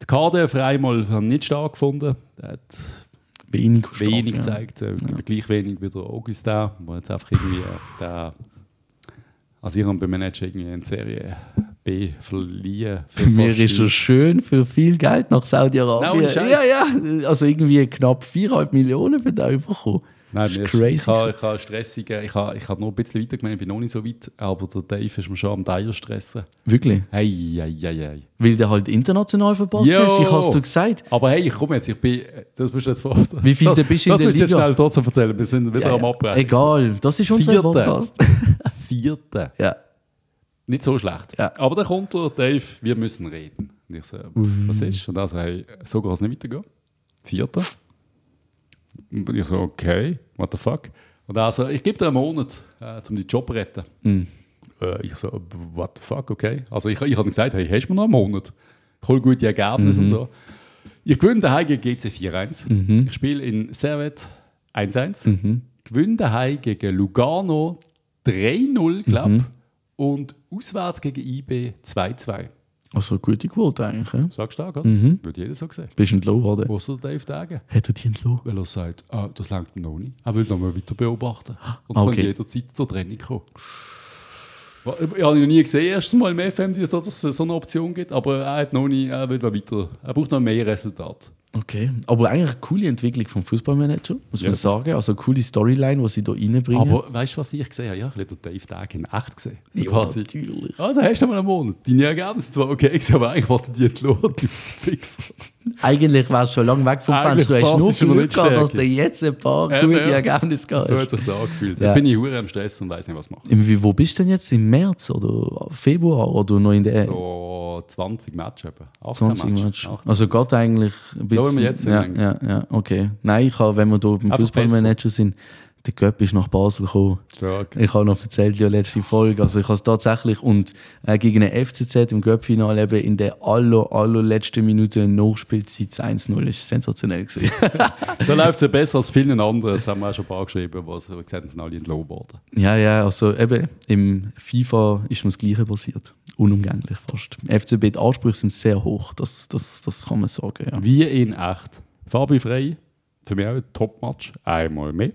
S1: Der Kader für einmal haben nicht stark gefunden. Der hat
S2: wenig, stark,
S1: wenig
S2: ja.
S1: gezeigt. Äh, Gleich wenig wie der Augustin, der jetzt einfach irgendwie äh, der. Also ich habe beim Manager irgendwie in Serie B verliehen.
S2: Für mich ist er schön für viel Geld nach
S1: Nein,
S2: Saudi-Arabien.
S1: ohne Scheiß.
S2: ja, ja. Also irgendwie knapp 4,5 Millionen für den bekommen.
S1: Nein,
S2: das
S1: mir
S2: ist
S1: ist- Ich
S2: crazy.
S1: habe, ich habe stressige, ich habe, ich habe noch ein bisschen weiter gemeint, ich bin noch nicht so weit, aber der Dave ist mir schon am Dyer stressen.
S2: Wirklich.
S1: Hey, hey, hey, hey.
S2: Weil du halt international verpasst
S1: Jo.
S2: hast. Ich habe es dir gesagt.
S1: Aber hey, ich komme jetzt, ich bin, das musst du jetzt vor.
S2: Wie viel
S1: das,
S2: du bist in
S1: das
S2: der
S1: musst du jetzt
S2: Liga?
S1: schnell trotzdem erzählen, wir sind wieder
S2: Ja,
S1: am
S2: ja.
S1: Abbrechen.
S2: Egal, das ist unser
S1: Vierte.
S2: Podcast.
S1: Vierte.
S2: ja.
S1: Nicht so schlecht.
S2: Ja.
S1: Aber dann kommt er, Dave, wir müssen reden. Und ich so, was, was ist? Und er so, hey, so kann es nicht weitergehen. Vierter. Und ich so, okay, what the fuck. Und er so, ich gebe dir einen Monat, äh, um deinen Job zu retten.
S2: Hm.
S1: Äh, ich so, what the fuck, okay. Also ich, ich habe gesagt, hey, hast du mir noch einen Monat? Ich hole gute Ergebnisse
S2: Mhm.
S1: und so. Ich gewinne daheim gegen GC 4-1. Ich spiele in Servet 1-1. Gewinne daheim gegen Lugano 3-0, glaube ich. Und auswärts gegen IB 2-2.
S2: Also gute Quote eigentlich. Ja.
S1: Sag stark, oder? Würde jeder so sehen.
S2: Bist entlohnt worden.
S1: Außer der Dave Dagen.
S2: Hat er dich entlohnt?
S1: Weil er sagt, ah, das langt noch nicht. Er will noch mal weiter beobachten. Und es
S2: Ah, okay.
S1: kann jederzeit zur Trennung kommen. Wa- Ich habe ihn noch nie gesehen, erstes Mal im FM, dass es so eine Option gibt, aber er hat noch nie, er will noch weiter, er braucht noch mehr Resultate.
S2: Okay, aber eigentlich eine coole Entwicklung vom Fußballmanager, muss man
S1: Yes.
S2: sagen. Also eine coole Storyline, die sie da reinbringen.
S1: Aber weißt du, was ich gesehen habe? Ja, ich habe den Dave Tag in echt gesehen.
S2: ja,
S1: Quasi.
S2: natürlich.
S1: Also hast du mal einen Monat. Deine Ergebnisse sind zwar okay, gewesen, aber eigentlich wollten die entlohnt. du Fixer.
S2: Eigentlich warst du schon lange weg vom
S1: Eigentlich
S2: Fenster. Du hast
S1: passt
S2: nur
S1: es schon mal
S2: Glück
S1: nicht
S2: gehabt, dass
S1: stärker.
S2: du jetzt ein paar
S1: Eben,
S2: gute
S1: ja.
S2: Ergebnisse gehabt
S1: So hat
S2: hast.
S1: sich so angefühlt.
S2: Ah, Ja.
S1: Jetzt bin ich hure am Stress und weiß nicht, was machen.
S2: Im- wie- Wo bist du denn jetzt? Im März oder Februar oder noch in der
S1: So 20 Matches eben. 18
S2: 20
S1: Matches.
S2: Match.
S1: 18.
S2: Also geht eigentlich ein
S1: wie
S2: bisschen.
S1: wir jetzt sind
S2: ja,
S1: eigentlich.
S2: ja, ja, okay. Nein, ich habe, wenn wir hier beim
S1: Einfach
S2: Fußballmanager sind, der Göpp ist nach Basel gekommen.
S1: Stark.
S2: Ich habe noch erzählt, ja, letzte Folge. Also, ich habe es tatsächlich und äh, gegen den FCZ im Göpp-Finale eben in der aller, allerletzten Minute Nachspielzeit 1-0 ist sensationell gewesen.
S1: Da läuft es ja besser als vielen anderen. Das haben wir auch schon ein paar geschrieben, die so gesagt haben, sind alle in Lowboarden.
S2: ja, ja, also eben im FIFA ist mir das Gleiche passiert. Unumgänglich fast. FCB, die Ansprüche sind sehr hoch, das, das, das kann man sagen, ja.
S1: Wie in echt. Fabi Frey, für mich auch ein Top-Match. Einmal mehr.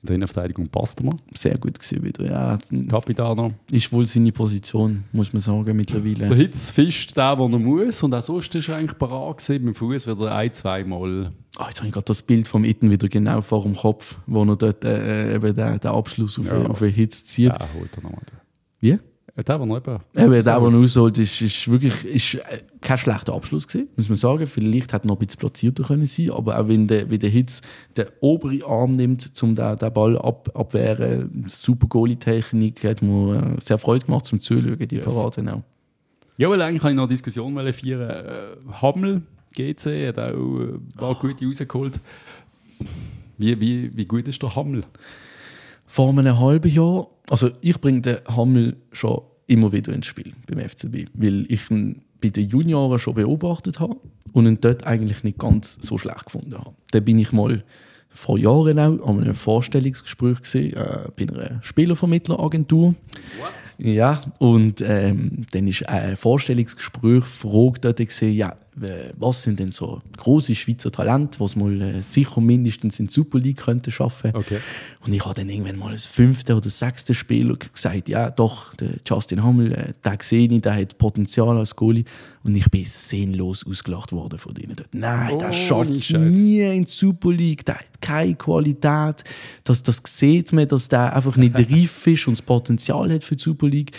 S1: In der Innenverteidigung passt mal.
S2: Sehr gut gewesen wieder, ja.
S1: Capitano.
S2: Ist wohl seine Position, muss man sagen,
S1: Der
S2: mittlerweile.
S1: Hitz fischt den, wo er muss. Und auch sonst ist er eigentlich parat gewesen. Mit dem Fuß wieder ein, zweimal.
S2: Ah, jetzt habe ich gerade das Bild vom Itten wieder genau vor dem Kopf, wo er dort äh, eben den, den Abschluss auf,
S1: Ja.
S2: auf den Hitz zieht.
S1: Ja, holt er nochmal.
S2: Wie?
S1: Ja, Der, der noch eben.
S2: Eben, der,
S1: So
S2: der
S1: gut.
S2: ihn ausholt, ist, ist wirklich ist äh, kein schlechter Abschluss gewesen, muss man sagen. Vielleicht hätte er noch ein bisschen platzierter können sein, aber auch wenn der, wenn der Hitz den oberen Arm nimmt, um den, den Ball ab, abwehren, super Goalie-Technik, hat mir äh, sehr Freude gemacht zum Zuschauen, die
S1: Yes.
S2: Paraden auch.
S1: Ja, weil eigentlich habe ich noch eine Diskussion wollen führen. Äh, Hammel, GC, hat auch äh, ein paar gute rausgeholt. Wie, wie, wie gut ist der Hammel?
S2: Vor einem halben Jahr, also ich bringe den Hammel schon immer wieder ins Spiel beim FCB, weil ich ihn bei den Junioren schon beobachtet habe und ihn dort eigentlich nicht ganz so schlecht gefunden habe. Da bin ich mal vor Jahren auch an einem Vorstellungsgespräch gewesen, äh, bei einer Spielervermittleragentur. Ja, und ähm, dann ist ein Vorstellungsgespräch gefragt, dort gesehen, ja, äh, was sind denn so große Schweizer Talente, was mal äh, sicher mindestens in die Super League könnte schaffen.
S1: Okay.
S2: Und ich habe dann irgendwann mal als fünfte oder sechste Spieler gesagt, ja, doch, der Justin Hammel, äh, den sehe ich, der hat Potenzial als Goalie. Und ich bin sehnlos ausgelacht worden von denen dort. Nein, der
S1: Ohne
S2: schafft es
S1: Scheiß.
S2: nie in die Super League, der hat keine Qualität. Das, das sieht man, dass der einfach nicht reif ist und das Potenzial hat für die Super League.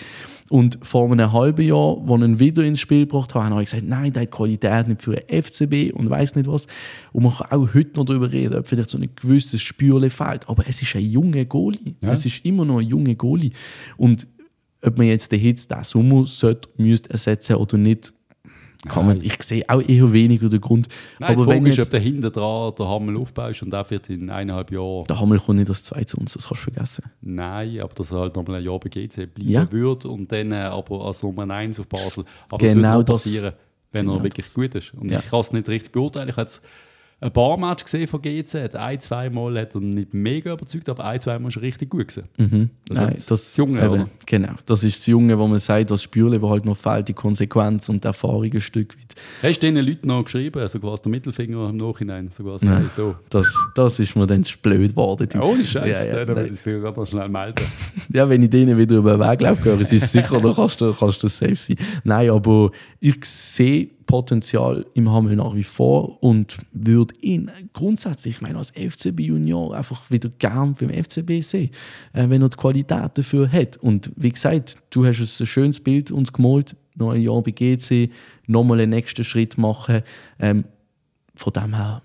S2: Und vor einem halben Jahr, als ich ihn wieder ins Spiel gebracht habe, habe ich gesagt, nein, der hat Qualität nicht für den FCB und weiß nicht was. Und man kann auch heute noch darüber reden, ob vielleicht so ein gewisses Spürle fehlt. Aber es ist ein junger Goalie.
S1: Ja.
S2: Es ist immer noch ein junger Goalie. Und ob man jetzt den Hitz, den Sommer, sollte, müsste ersetzen oder nicht, kann man, ich sehe auch eher weniger den Grund.
S1: Nein, aber
S2: aber
S1: die
S2: wenn
S1: Frage ist,
S2: jetzt,
S1: ob der hinten dran der Hammel aufbaust und der wird in eineinhalb Jahren.
S2: der Hammel kommt nicht als zwei zu uns, das kannst du vergessen.
S1: Nein, aber dass er halt nochmal ein Jahr bei GC bleiben
S2: Ja.
S1: würde und dann äh, aber als Nummer 1 auf Basel. Aber
S2: Genau
S1: es würde nur
S2: das.
S1: passieren, wenn
S2: Genau
S1: er wirklich gut ist. Und
S2: Ja.
S1: ich kann es nicht richtig beurteilen. Ich habe jetzt ein paar Matches gesehen von GC. Hat Ein, zweimal hat er nicht mega überzeugt, aber ein, zweimal ist er richtig gut gewesen. Also Das
S2: Mhm. Nein,
S1: ist
S2: das
S1: Junge,
S2: eben,
S1: oder?
S2: Genau, das ist das Junge, wo man sagt, das Spürle, wo halt noch fehlt, die Konsequenz und die Erfahrung ein Stück weit.
S1: Hast du den Leuten noch geschrieben, so quasi der Mittelfinger im Nachhinein? So quasi,
S2: Nein.
S1: hey, da.
S2: Das, das ist mir dann zu blöd geworden. du.
S1: Ja, ohne Scheiß,
S2: Ja, ja,
S1: dann würde
S2: nein.
S1: ich sich gerade noch schnell melden.
S2: ja, wenn ich denen wieder über den Weg laufe, höre, sie sicher, dann kannst du, kannst du safe sein. Nein, aber ich sehe Potenzial im Hammel nach wie vor und würde ihn grundsätzlich, ich meine, als FCB Junior einfach wieder gern beim FCB sehen, äh, wenn er die Qualität dafür hat. Und wie gesagt, du hast es ein schönes Bild uns gemalt, noch ein Jahr bei GC, nochmal einen nächsten Schritt machen. Ähm, von dem her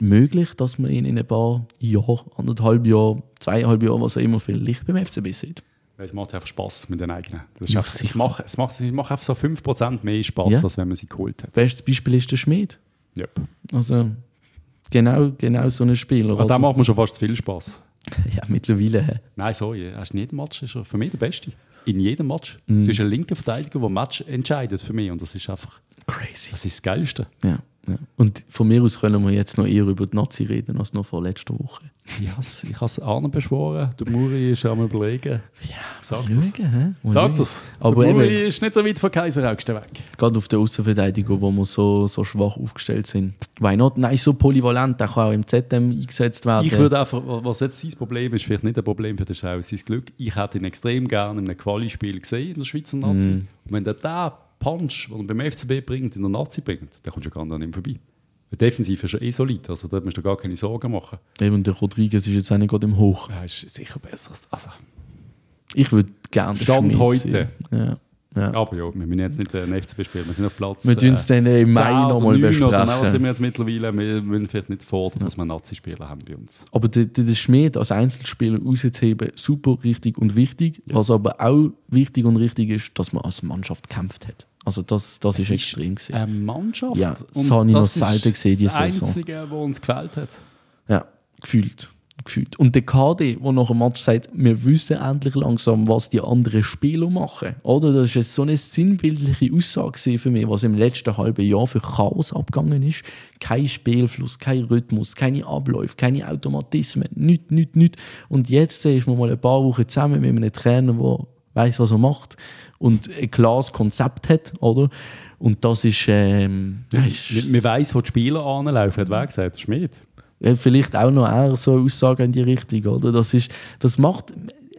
S2: möglich, dass man ihn in ein paar Jahren, anderthalb Jahren, zweieinhalb Jahren, was auch immer, vielleicht beim FCB sieht.
S1: Weil es macht einfach Spass mit den eigenen. Das ist
S2: Ja,
S1: einfach, es,
S2: sicher.
S1: macht, es, macht, es macht einfach so 5% mehr Spass,
S2: Ja.
S1: als wenn man sie geholt hat.
S2: Bestes Beispiel ist der Schmied.
S1: Yep.
S2: Also genau, genau so ein Spieler.
S1: Also,
S2: oder?
S1: da macht man schon fast zu viel Spass.
S2: ja, mittlerweile. hä?
S1: Nein, sorry, er ist in jedem Match ist er für mich der Beste. In jedem Match.
S2: Mhm.
S1: Du bist ein linker Verteidiger, der Match entscheidet für mich. Und das ist einfach
S2: Crazy.
S1: das, ist das Geilste.
S2: Ja, ja. Und von mir aus können wir jetzt noch eher über die Nazi reden, als noch vor letzter Woche.
S1: Ich habe es ich has Arne beschworen. Der Muri ist am überlegen.
S2: Ja,
S1: Sag
S2: mal
S1: das.
S2: schauen, hä? Mal
S1: Sag
S2: schauen.
S1: das.
S2: Oh Aber
S1: der
S2: eben,
S1: Muri ist nicht so weit von Kaiseraugsten weg.
S2: gerade auf der Außenverteidigung, wo wir so, so schwach aufgestellt sind. Why not? Nein, ist so polyvalent, der kann auch im ZM eingesetzt werden.
S1: Ich würde einfach, was jetzt sein Problem ist, vielleicht nicht ein Problem für den Schauer, sein Glück. Ich hätte ihn extrem gerne in einem Quali-Spiel gesehen in der Schweizer
S2: Mhm.
S1: Nazi. Und wenn der da Punch, den er beim FCB bringt, in der Nazi bringt, dann kommst du gar nicht an ihm vorbei. Defensiv ist ja eh solid, also da musst du gar keine Sorgen machen.
S2: Eben, der Rodriguez ist jetzt auch nicht gerade im Hoch.
S1: Ja, ist sicher besser. als- Also,
S2: Ich würde gerne
S1: Stand
S2: Schmied
S1: heute.
S2: sein. Ja. Ja.
S1: aber ja, wir müssen jetzt nicht den FCB spielen, wir sind auf Platz.
S2: Wir tun es dann im Mai
S1: 10 oder
S2: nochmal
S1: 9 Oder nein, was sind
S2: besprechen.
S1: wir jetzt mittlerweile? Wir müssen vielleicht nicht fordern, dass wir Nazi-Spieler haben bei uns.
S2: Aber der, der der Schmied als Einzelspieler rauszuheben, super, richtig und wichtig. Was aber auch wichtig und richtig ist, dass man als Mannschaft gekämpft hat. Also das, das ist extrem gesehen.
S1: Eine Ähm, Mannschaft?
S2: Ja,
S1: Und
S2: das habe ich noch
S1: das ist
S2: selten gesehen, die
S1: Das
S2: Saison.
S1: Einzige, was uns gefällt hat.
S2: Ja, gefühlt. gefühlt. Und der KD, der nach dem Match sagt, wir wissen endlich langsam, was die anderen Spieler machen. Oder? Das ist jetzt so eine sinnbildliche Aussage gewesen für mich, was im letzten halben Jahr für Chaos abgegangen ist. Kein Spielfluss, kein Rhythmus, keine Abläufe, keine Automatismen, nichts, nichts, nichts. Und jetzt äh, ist man mal ein paar Wochen zusammen mit einem Trainer, der weiß, was er macht und ein klares Konzept hat, oder? Und das ist, ähm, ist-
S1: Man man weiss, wo die Spieler anlaufen, hat wer gesagt, Schmidt.
S2: ja, vielleicht auch noch eher so eine Aussage in die Richtung, oder? Das ist, das macht,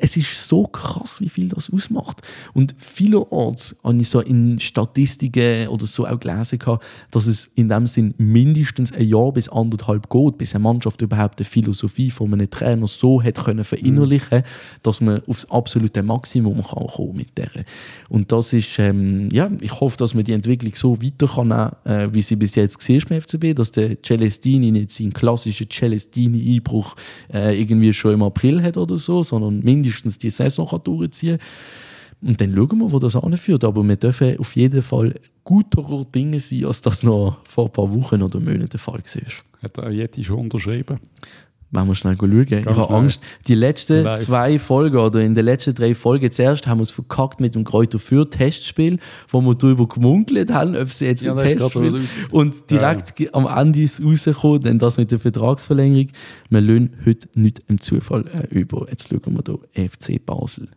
S2: es ist so krass, wie viel das ausmacht. Und vielerorts habe ich so in Statistiken oder so auch gelesen, gehabt, dass es in dem Sinn mindestens ein Jahr bis anderthalb geht, bis eine Mannschaft überhaupt eine Philosophie von einem Trainer so hat können verinnerlichen dass man aufs absolute Maximum kann kommen mit der. Und das ist, ähm, ja, ich hoffe, dass man die Entwicklung so weiter kann, äh, wie sie bis jetzt gesehen ist beim FCB, dass der Celestini nicht seinen klassischen Celestini-Einbruch äh, irgendwie schon im April hat oder so, sondern mindestens die Saison kann durchziehen und dann schauen wir, wo das anführt. Aber wir dürfen auf jeden Fall guterer Dinge sein, als das noch vor ein paar Wochen oder Monaten der Fall war.
S1: Hat der Yeti schon unterschrieben?
S2: Wenn wir schnell schauen. ich habe
S1: schnell.
S2: Angst. Die letzten
S1: Live.
S2: zwei Folgen oder in den letzten drei Folgen zuerst haben wir es verkackt mit dem Kräuter für Testspiel, wo wir drüber gemunkelt haben, ob sie jetzt
S1: Ja,
S2: ein
S1: das ist gerade
S2: Testspiel
S1: raus.
S2: und direkt am Ende ist rausgekommen, denn das mit der Vertragsverlängerung. Wir lassen heute nicht im Zufall äh, über. Jetzt schauen wir hier FC Basel.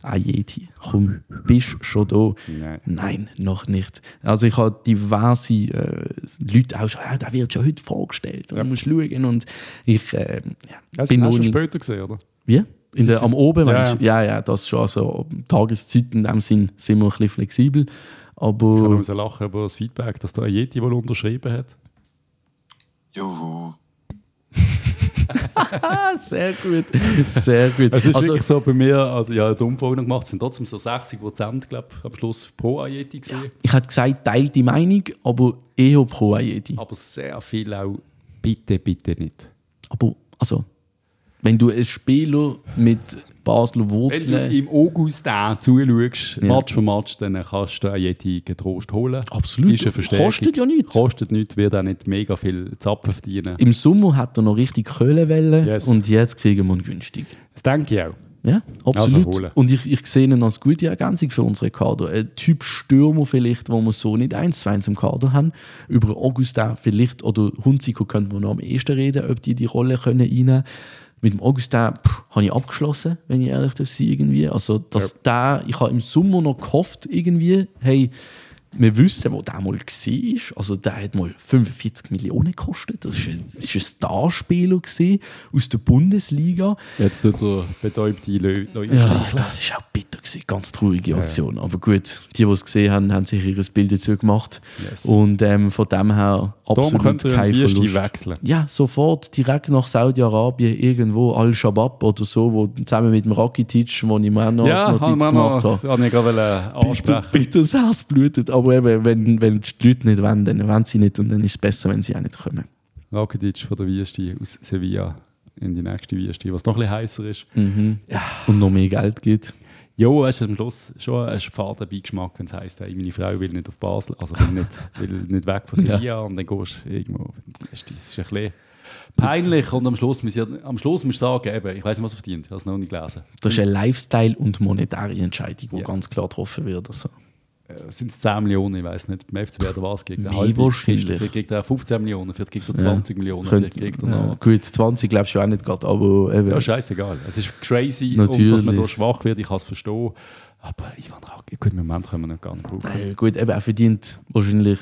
S2: Ayeti, komm, bist schon da?
S1: Nein.
S2: Nein, noch nicht. Also ich habe diverse äh, Leute auch schon, ja, der wird schon heute vorgestellt und ja. muss schauen und ich äh, ja,
S1: Das ist auch
S2: noch
S1: schon
S2: nicht-
S1: später gesehen, oder?
S2: Wie? In der, am Oben,
S1: Ja,
S2: ja,
S1: ja.
S2: ja, ja, das schon. Also um Tageszeit in dem Sinn sind wir ein bisschen flexibel.
S1: Ich
S2: Aber
S1: muss lachen über das Feedback, dass der Yeti wohl unterschrieben hat.
S4: Juhu.
S2: ah, sehr gut, sehr gut.
S1: Es ist
S2: Also,
S1: wirklich so bei mir, also, ja, eine Umfrage noch gemacht, es sind trotzdem so 60 Prozent, glaube ich, am Schluss pro Ayeti gesehen.
S2: ich hätte gesagt, teilt die Meinung, aber eher pro Ayeti.
S1: Aber sehr viel auch, bitte, bitte nicht.
S2: Aber also, wenn du einen Spieler mit Basler
S1: Wenn du
S2: Wurzeln...
S1: im August den zuschaust,
S2: Ja.
S1: Match für Match, dann kannst du jeden getrost holen.
S2: Absolut.
S1: Ist eine Verstärkung.
S2: Kostet ja nichts.
S1: Kostet nichts, wird auch nicht mega viel Zapfen verdienen.
S2: Im Sommer hat er noch richtig Köhlenwellen
S1: Yes.
S2: und jetzt kriegen wir ihn günstig.
S1: Das denke ich auch.
S2: Ja, absolut.
S1: holen.
S2: und ich, ich sehe ihn als gute Ergänzung für unseren Kader. Ein Typ Stürmer vielleicht, wo wir so nicht eins zu eins im Kader haben. Über Augustin vielleicht oder Hunziker könnten wir noch am ehesten reden, ob die die Rolle können reinnehmen können. Mit dem Augustin pff, habe ich abgeschlossen, wenn ich ehrlich darf sein, irgendwie. Also, dass der, ich habe im Sommer noch gehofft, irgendwie, hey, wir wissen, wo der mal war. Also, der hat mal 45 Millionen gekostet. Das war ein, das ist ein Starspieler gewesen aus der Bundesliga.
S1: Jetzt tut er betäubte Leute neu einstellen.
S2: Ja, das ist auch bitter gewesen. Ganz traurige Aktion. Aber gut, die, die es gesehen haben, haben sich ihr Bild dazu gemacht.
S1: Yes.
S2: Und ähm, von dem her
S1: Darum
S2: absolut
S1: könnt ihr
S2: kein
S1: den Wüste
S2: Verlust.
S1: wechseln.
S2: Ja, sofort direkt nach Saudi-Arabien irgendwo Al-Shabaab oder so, wo zusammen mit dem Rakitic, wo ich mir auch noch als
S1: haben
S2: Notiz
S1: wir noch-
S2: gemacht
S1: das
S2: habe.
S1: wollte ich gerade
S2: Bitte,
S1: ansprechen.
S2: bitte, das Herz blutet. Aber eben, wenn, wenn die Leute nicht wollen, dann wollen sie nicht und dann ist es besser, wenn sie auch nicht kommen.
S1: Rakitic von der Wüste aus Sevilla in die nächste Wüste, was noch ein bisschen heißer ist.
S2: Mhm. Und noch mehr Geld gibt.
S1: Jo, es ist am Schluss schon ein faden Beigeschmack, wenn es heisst, ey, meine Frau will nicht auf Basel, also will nicht, will nicht weg von Sevilla und dann gehst du irgendwo. Das ist ein bisschen peinlich und am Schluss muss ich, am Schluss muss ich sagen, eben, ich weiß nicht, was er verdient, ich habe es noch nicht gelesen.
S2: Das ist eine Lifestyle- und monetäre Entscheidung, die
S1: Ja.
S2: ganz klar getroffen wird. Also.
S1: Äh, Sind es 10 Millionen, ich weiß nicht, beim FCB oder was, gegen
S2: Mehr
S1: eine halbe
S2: wahrscheinlich.
S1: Kiste. Vielleicht kriegt er 15 Millionen, vielleicht kriegt er 20 Millionen,
S2: Könnt,
S1: vielleicht kriegt er
S2: ja,
S1: noch...
S2: gut, 20 glaubst du auch nicht gerade, aber eben,
S1: Ja, scheißegal. Es ist crazy, und dass
S2: Natürlich.
S1: man da schwach wird, ich kann es verstehen. Aber Ivan Rakitic, gut, im Moment können wir noch gar nicht brauchen.
S2: äh, gut, eben, er verdient wahrscheinlich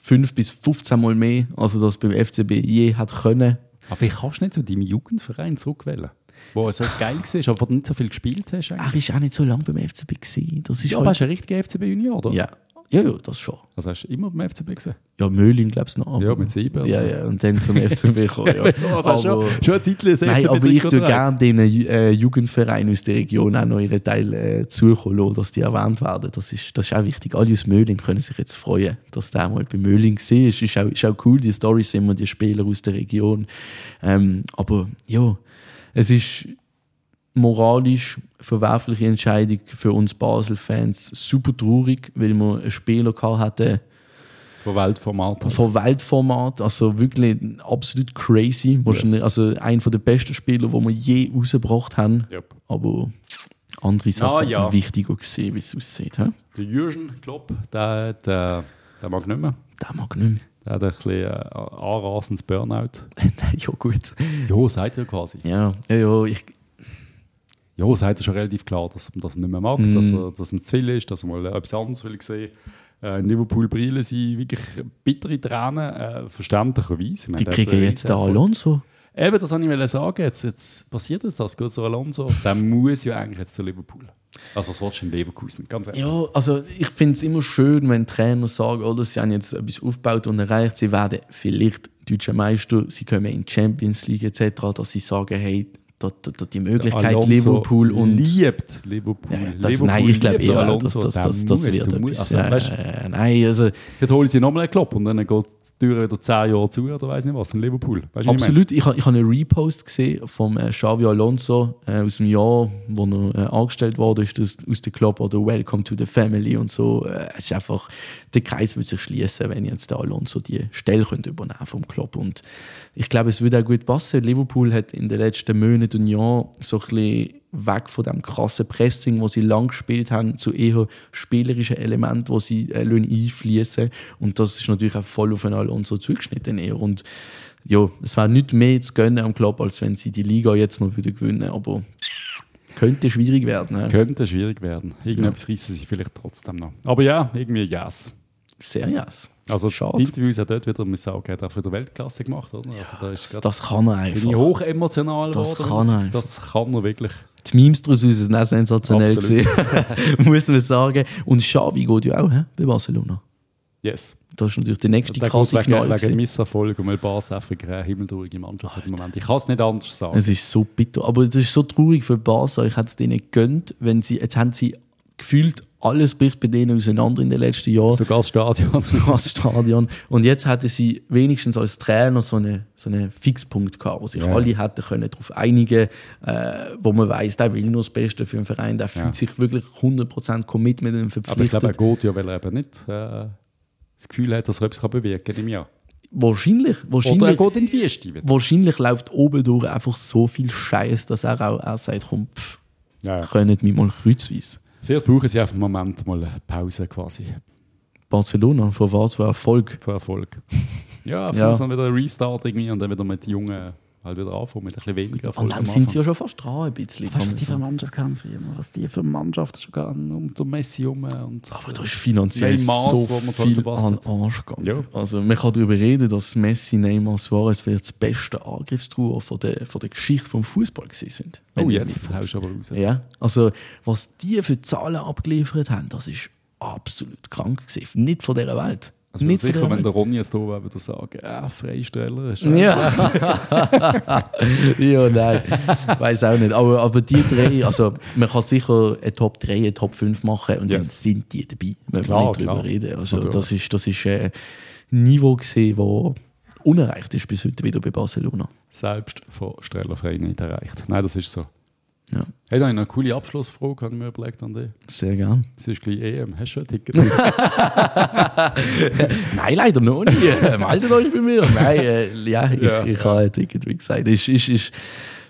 S2: 5 bis 15 Mal mehr, als das beim FCB je hat können.
S1: Aber wie kannst du nicht zu deinem Jugendverein zurückwählen? Wo er so geil war, aber wo du nicht so viel gespielt hast. Eigentlich.
S2: Er Ah, ist auch nicht so lange beim FCB gewesen. Das ist
S1: Ja,
S2: ja,
S1: aber
S2: halt,
S1: hast du ein richtiger FCB Junior, oder?
S2: ja, Ja, ja, das schon.
S1: Also hast du immer beim FCB gesehen?
S2: Ja, Möhlin glaube ich noch. aber-
S1: Ja, mit sieben und
S2: Ja,
S1: so.
S2: ja, und dann zum FCB gekommen. Ja.
S1: Also hast du
S2: aber,
S1: schon, schon eine Zeit lang
S2: nein,
S1: 16
S2: aber ich
S1: Betrieb
S2: tue
S1: unterwegs.
S2: gerne den äh, Jugendvereinen aus der Region auch noch ihren Teil äh, zukommen lassen, dass die erwähnt werden. Das ist, das ist auch wichtig. Alle aus Möhlin können sich jetzt freuen, dass der mal bei Möhlin war. Ist, ist, auch, ist auch cool, die Storys immer, die Spieler aus der Region. Ähm, aber ja, es ist moralisch verwerfliche Entscheidung für uns Basel-Fans. Super traurig, weil wir einen Spieler gehabt hatten,
S1: Von Weltformat. halt.
S2: von Weltformat, also wirklich absolut crazy. Wahrscheinlich, Also ein von den besten Spieler, die wir je rausgebracht haben.
S1: Yep.
S2: Aber andere Sachen
S1: ja.
S2: wichtiger gesehen, wie es aussieht. He?
S1: Der Jürgen Klopp, der, der, der mag nicht mehr.
S2: Der mag nicht mehr.
S1: Der hat ein bisschen äh, anrasendes Burnout.
S2: ja, gut.
S1: Jo, sagt er quasi.
S2: Ja, ja, ja ich,
S1: Ja, sagt er schon relativ klar, dass man das nicht mehr mag, dass
S2: Mhm.
S1: er dass man zu viel ist, dass er mal äh, etwas anderes will sehen. Äh, in Liverpool brillen sind wirklich bittere Tränen, äh, verständlicherweise. Ich meine,
S2: die
S1: der hat
S2: kriegen
S1: einen
S2: jetzt den
S1: riesen Erfolg.
S2: Alonso.
S1: Eben, das wollte ich wollte sagen. Jetzt, jetzt passiert es, das geht zu Alonso. Der muss ja eigentlich jetzt zu Liverpool. Also, was willst du in Leverkusen? Ganz ehrlich.
S2: Ja, also ich finde es immer schön, wenn Trainer sagen, oder sie haben jetzt etwas aufgebaut und erreicht, sie werden vielleicht deutscher Meister, sie kommen in die Champions League etc., dass sie sagen, hey, da, da, da die Möglichkeit
S1: Alonso
S2: Liverpool und
S1: Liebt Liverpool.
S2: Ja, das,
S1: Äh, Liverpool
S2: nein, ich glaube
S1: liebt
S2: eher, dass
S1: Alonso.
S2: das,
S1: Der
S2: das, das
S1: muss,
S2: wird
S1: du musst,
S2: etwas.
S1: also, weißt,
S2: äh, nein, also
S1: Jetzt holen sie nochmal einen Klopp und dann geht die Tür wieder 10 Jahre zu oder weiß nicht was in Liverpool. Weißt du, was Ich meine?
S2: absolut. Ich, ha- ich habe einen Repost gesehen vom äh, Xavi Alonso äh, aus dem Jahr, wo er äh, angestellt wurde, ist das aus dem Club oder Welcome to the Family und so. Äh, es ist einfach, der Kreis würde sich schließen, wenn jetzt der Alonso die Stelle könnte übernehmen vom Club. Und ich glaube, es würde auch gut passen. Liverpool hat in den letzten Monaten und Jahren so ein bisschen weg von dem krassen Pressing, wo sie lang gespielt haben, zu eher spielerischen Elementen, wo sie äh, lassen einfließen und das ist natürlich auch voll auf den Alonso zugeschnitten eher. und ja, es wäre nicht mehr zu gönnen am Club, als wenn sie die Liga jetzt noch wieder gewinnen, aber könnte schwierig werden. Ja.
S1: Könnte schwierig werden. Irgendetwas reissen sie vielleicht trotzdem noch. Aber ja, irgendwie yes.
S2: Sehr yes.
S1: Also die
S2: schade.
S1: Interviews auch dort wieder, muss ich sagen, hat auch für die Weltklasse gemacht, oder? Also da ist
S2: Das,
S1: grad-
S2: das kann er
S1: bin ich
S2: einfach.
S1: hoch emotional
S2: Das
S1: geworden,
S2: kann
S1: das,
S2: er.
S1: das kann er wirklich.
S2: Die Memes daraus sind auch sensationell
S1: Absolut.
S2: gewesen. muss man sagen. Und Xavi geht ja auch hä? bei Barcelona.
S1: Yes.
S2: Das ist natürlich der nächste
S1: Der
S2: krasse
S1: geht wegen,
S2: Knall.
S1: wegen
S2: gewesen.
S1: Misserfolg und mal Bas eine himmeltraurige Mannschaft hat im Moment. Ich kann es nicht anders sagen.
S2: Es ist so bitter. Aber es ist so traurig für Barca. Ich hätte es denen gegönnt, wenn sie, jetzt haben sie gefühlt, alles bricht bei denen auseinander in den letzten Jahren.
S1: Sogar das Stadion.
S2: zum Stadion. Und jetzt hatte sie wenigstens als Trainer so einen so eine Fixpunkt gehabt, wo sich
S1: Ja.
S2: alle hätten können darauf einigen, äh, wo man weiß, der will nur das Beste für den Verein, der fühlt sich wirklich 100% commitment und
S1: Aber ich
S2: verpflichtet.
S1: glaube, er geht ja, weil er eben nicht äh, das Gefühl hat, dass er etwas kann bewirken kann im Jahr.
S2: wahrscheinlich,
S1: Oder er
S2: wahrscheinlich,
S1: geht in die Wüste wieder.
S2: wahrscheinlich läuft obendurch einfach so viel Scheiß, dass er auch, auch sagt, komm, pff,
S1: Ja, ja.
S2: können wir mal kreuzweise.
S1: Vielleicht brauchen sie einfach einen Moment mal eine Pause quasi
S2: Barcelona, von was für Erfolg?
S1: für Erfolg. Ja,
S2: Ja.
S1: vielleicht ja. dann wieder ein Restart irgendwie und dann wieder mit den Jungen halt wieder anfangen, mit ein bisschen weniger
S2: Und
S1: Erfolg.
S2: dann sind sie ja schon fast dran ein bisschen.
S1: Weißt du,
S2: kann
S1: was
S2: man
S1: die für
S2: sagen.
S1: eine Mannschaft kann früher? Was die für eine Mannschaft schon gegangen um den Messi herum und
S2: Ah, Aber da ist finanziell
S1: Neymar,
S2: so
S1: wo man so
S2: viel
S1: verbastelt.
S2: an den Arsch gegangen.
S1: Ja.
S2: Also man kann darüber reden, dass Messi, Neymar, Suarez vielleicht das beste Angriffstruhe von der, von der Geschichte vom Fußball gewesen sind.
S1: Oh,
S2: Wenn
S1: jetzt
S2: ich mich-
S1: haust du aber raus.
S2: Ja. Also was die für Zahlen abgeliefert haben, das ist absolut krank gewesen. Nicht von dieser Welt.
S1: Also ich bin
S2: Nicht von
S1: sicher,
S2: dieser
S1: wenn der
S2: Welt.
S1: Ronny jetzt hier wäre, würde er sagen, ah, Freisteller ist
S2: ja. ja, nein, weiß auch nicht. Aber, aber die drei, also man kann sicher eine Top 3, eine Top 5 machen und dann
S1: Yes.
S2: sind die dabei, wenn
S1: Klar,
S2: wir nicht drüber
S1: klar.
S2: reden. Also
S1: Natürlich.
S2: das ist, das ist äh, ein Niveau gesehen, wo unerreicht ist bis heute wieder bei Barcelona.
S1: selbst von Strellerfrei nicht erreicht. Nein, das ist so.
S2: Ja,
S1: Hey, da habe ich noch eine coole Abschlussfrage, habe ich mir überlegt an dich.
S2: sehr gern.
S1: Es ist gleich EM, hast du schon ein Ticket?
S2: Nein, leider noch nie. Äh, Meldet euch bei mir. Nein, äh, ja, ich,
S1: Ja,
S2: ich habe ein Ticket, wie gesagt. Ist, ist, ist,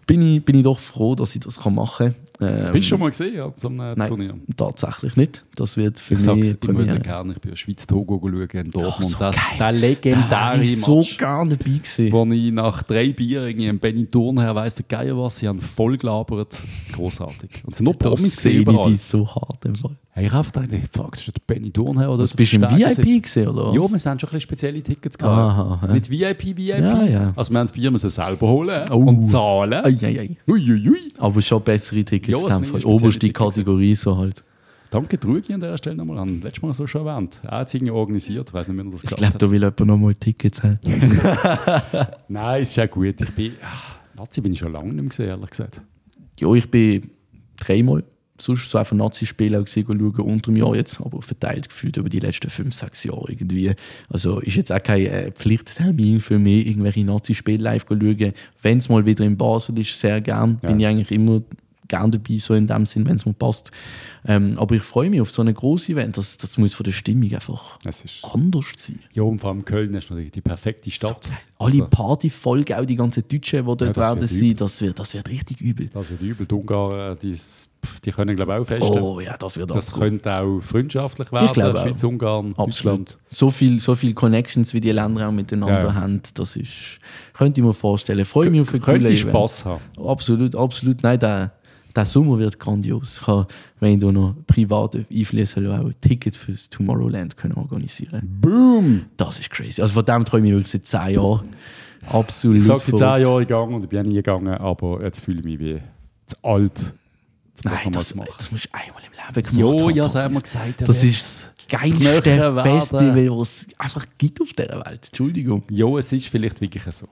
S2: bin, ich, bin ich doch froh, dass ich das kann machen kann. Ähm,
S1: Bist du schon mal gesehen ja, zu einem äh,
S2: Nein,
S1: Turnier?
S2: tatsächlich nicht. Das wird für
S1: Ich sag's,
S2: mich
S1: ich würde
S2: Premiere.
S1: gerne, ich bin in Schweiz-Togo schauen in Dortmund.
S2: so
S1: das,
S2: geil.
S1: der
S2: Da
S1: legendäre
S2: war ich
S1: Match.
S2: so gar nicht dabei gewesen.
S1: wo ich nach drei Bier irgendwie im Benny Turner her weiss der Geier was, sie haben voll gelabert. Großartig. Und es sind nur
S2: Das
S1: Promis
S2: sehe
S1: gesehen
S2: ich
S1: überall.
S2: dich so hart im Fall.
S1: Hey, ich habe gedacht, ich frag, ist das der Benny Turner oder
S2: Du bist im
S1: Verstärker
S2: VIP
S1: sitzt?
S2: gewesen, oder was?
S1: Ja, wir haben schon ein bisschen spezielle Tickets gehabt.
S2: Aha, ja.
S1: Nicht VIP, VIP.
S2: Ja, ja.
S1: Also wir haben das Bier müssen selber holen
S2: Oh.
S1: und zahlen.
S2: Ei, ei, ei.
S1: Uiuiui.
S2: Aber schon bessere Tickets
S1: Ja,
S2: in
S1: es
S2: dem
S1: sind
S2: Fall.
S1: spezielle
S2: Oberste
S1: Tickets.
S2: Kategorie so halt.
S1: Danke Trugi an der Stelle nochmal an. Letztes Mal so schon erwähnt. Er hat es irgendwie organisiert. Ich weiß nicht, wie er das
S2: Ich
S1: geschafft
S2: glaube, da will jemand nochmal Tickets haben.
S1: hat. Nein, es ist auch gut. Ich bin... Ah, Nazi bin ich schon lange nicht mehr gesehen, ehrlich gesagt.
S2: ja, ich bin dreimal sonst so einfach Nazi-Spiele auch gesehen, schauen, unter dem Jahr jetzt, aber verteilt gefühlt über die letzten fünf, sechs Jahre irgendwie. Also ist jetzt auch kein äh, Pflichttermin für mich, irgendwelche Nazi-Spiele live zu schauen. Wenn es mal wieder in Basel ist, sehr gern, bin ich eigentlich immer gern dabei, so in dem Sinn, wenn es mir passt. Ähm, aber ich freue mich auf so ein grosses Event, das, das muss von der Stimmung einfach
S1: Es ist...
S2: anders sein.
S1: Ja, und vor allem Köln ist natürlich die perfekte Stadt.
S2: Alle
S1: Also,
S2: Party voll, auch die ganzen Deutschen, die dort
S1: das
S2: werden
S1: wird
S2: sein, das wird, das wird richtig übel.
S1: das wird übel. Die Ungarn, die, die können, glaube ich, auch feststellen.
S2: Oh ja, das wird
S1: Das
S2: abgefahren.
S1: könnte auch freundschaftlich werden.
S2: glaube auch.
S1: Schweiz, Ungarn, Deutschland.
S2: Absolut. So viel, so viel Connections, wie die Länder auch miteinander
S1: Ja, ja.
S2: haben, das ist, könnte ich mir vorstellen. Freue mich auf ein
S1: Könnte
S2: cooles
S1: Spass haben.
S2: Event. Absolut, absolut. Nein, der, der Sommer wird grandios. Ich kann, wenn du noch privat einfließen lassen, auch ein Ticket fürs Tomorrowland können organisieren.
S1: Boom!
S2: Das ist crazy. Also von dem träume ich wirklich seit zehn Jahren. Absolut.
S1: Ich sage, seit 10
S2: verrückt.
S1: Jahre gegangen und ich bin auch nie gegangen, aber jetzt fühle ich mich wie zu alt. Jetzt muss
S2: Nein,
S1: man
S2: das,
S1: mal machen.
S2: das musst du einmal im Leben gemacht
S1: Jo,
S2: haben,
S1: ja, das
S2: Patrice.
S1: haben wir gesagt.
S2: Das ist das
S1: Knöcher
S2: geilste
S1: werden.
S2: Festival, das es einfach gibt auf dieser Welt. Entschuldigung.
S1: Jo, es ist vielleicht wirklich so.